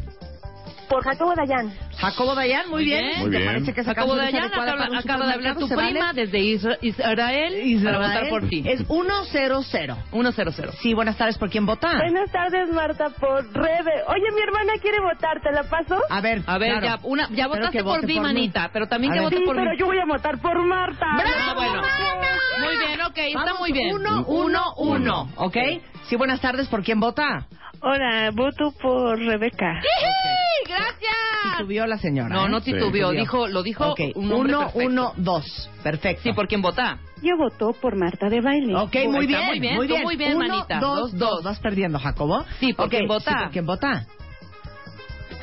Speaker 17: Por Jacobo Dayan.
Speaker 4: Jacobo Dayan, muy bien.
Speaker 5: Muy
Speaker 4: ¿Te
Speaker 5: bien.
Speaker 4: parece que esa
Speaker 5: Jacobo
Speaker 4: canción está
Speaker 5: Dayan,
Speaker 4: adecuada
Speaker 5: acaba-
Speaker 4: para un
Speaker 5: acaba de hablar tu
Speaker 4: supermercado? ¿Se
Speaker 5: prima desde Isra- Israel, para votar por ti.
Speaker 4: Es 100.
Speaker 5: 100.
Speaker 4: Sí, buenas tardes. ¿Por quién vota?
Speaker 17: Buenas tardes, Marta, por Rebe. Oye, mi hermana quiere votar, ¿te la paso?
Speaker 4: A ver,
Speaker 5: A ver, ya, una, ya votaste por mí, manita, pero también que vote
Speaker 17: sí,
Speaker 5: por
Speaker 17: pero
Speaker 5: mí.
Speaker 17: yo voy a votar por Marta.
Speaker 5: Ah, bueno. Muy bien, ok, está
Speaker 4: Vamos,
Speaker 5: muy bien.
Speaker 4: Uno, uno, uno, ¿ok? Sí, buenas tardes. ¿Por quién vota?
Speaker 17: Hola, voto por Rebeca.
Speaker 5: ¡Gracias!
Speaker 4: Titubió la señora.
Speaker 5: No,
Speaker 4: ¿eh?
Speaker 5: no titubió, dijo- lo dijo
Speaker 4: Ok,
Speaker 5: un hombre
Speaker 4: uno,
Speaker 5: perfecto.
Speaker 4: uno, dos. Perfecto. Sí,
Speaker 5: ¿por quién vota?
Speaker 17: Yo voto por Marta de Baile.
Speaker 4: Ok, muy bien, muy bien,
Speaker 5: tú muy bien,
Speaker 4: Uno,
Speaker 5: manita.
Speaker 4: Dos, dos, Vas perdiendo, Jacobo.
Speaker 5: Sí, ¿por
Speaker 4: Ok,
Speaker 5: quién vota?
Speaker 4: sí, ¿Por quién vota?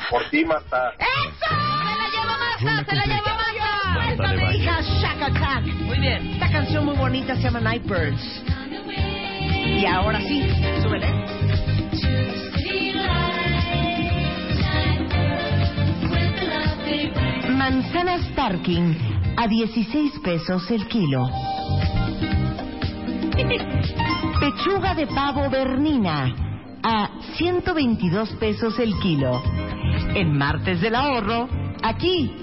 Speaker 18: Por ti, Marta.
Speaker 4: ¡Se la lleva Marta!
Speaker 18: Marta de
Speaker 4: Suéltame,
Speaker 18: baile.
Speaker 4: hija, Shaka Khan. Muy bien. Esta canción muy bonita se llama Nightbirds. Y ahora sí, súbele.
Speaker 16: Manzanas Tarkin a 16 pesos el kilo. Pechuga de pavo Bernina a 122 pesos el kilo. En martes del ahorro, aquí,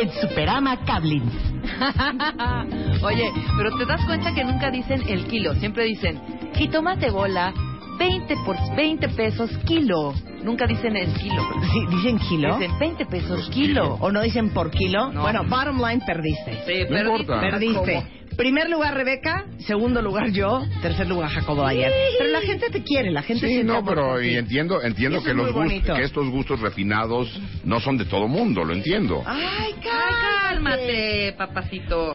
Speaker 16: en Superama Cablins.
Speaker 5: Oye, pero te das cuenta que nunca dicen el kilo, siempre dicen jitomate bola, 20 por 20 pesos kilo. Nunca dicen el kilo.
Speaker 4: Sí, ¿Dicen kilo?
Speaker 5: Dicen 20 pesos kilo.
Speaker 4: ¿O no dicen por kilo? Bueno, bottom line, perdiste.
Speaker 5: Sí, Ah, No perdiste. importa.
Speaker 4: Perdiste. Primer lugar, Rebeca. Segundo lugar, yo. Tercer lugar, Jacobo Dayan. Pero la gente te quiere, la gente
Speaker 6: Sí,
Speaker 4: siempre
Speaker 6: no,
Speaker 4: vota
Speaker 6: pero
Speaker 4: por ti.
Speaker 6: y entiendo, entiendo
Speaker 4: Eso
Speaker 6: que
Speaker 4: es
Speaker 6: los
Speaker 4: muy
Speaker 6: gust-
Speaker 4: bonito.
Speaker 6: que estos gustos refinados no son de todo mundo, lo entiendo.
Speaker 4: Ay,
Speaker 5: cálmate, papacito.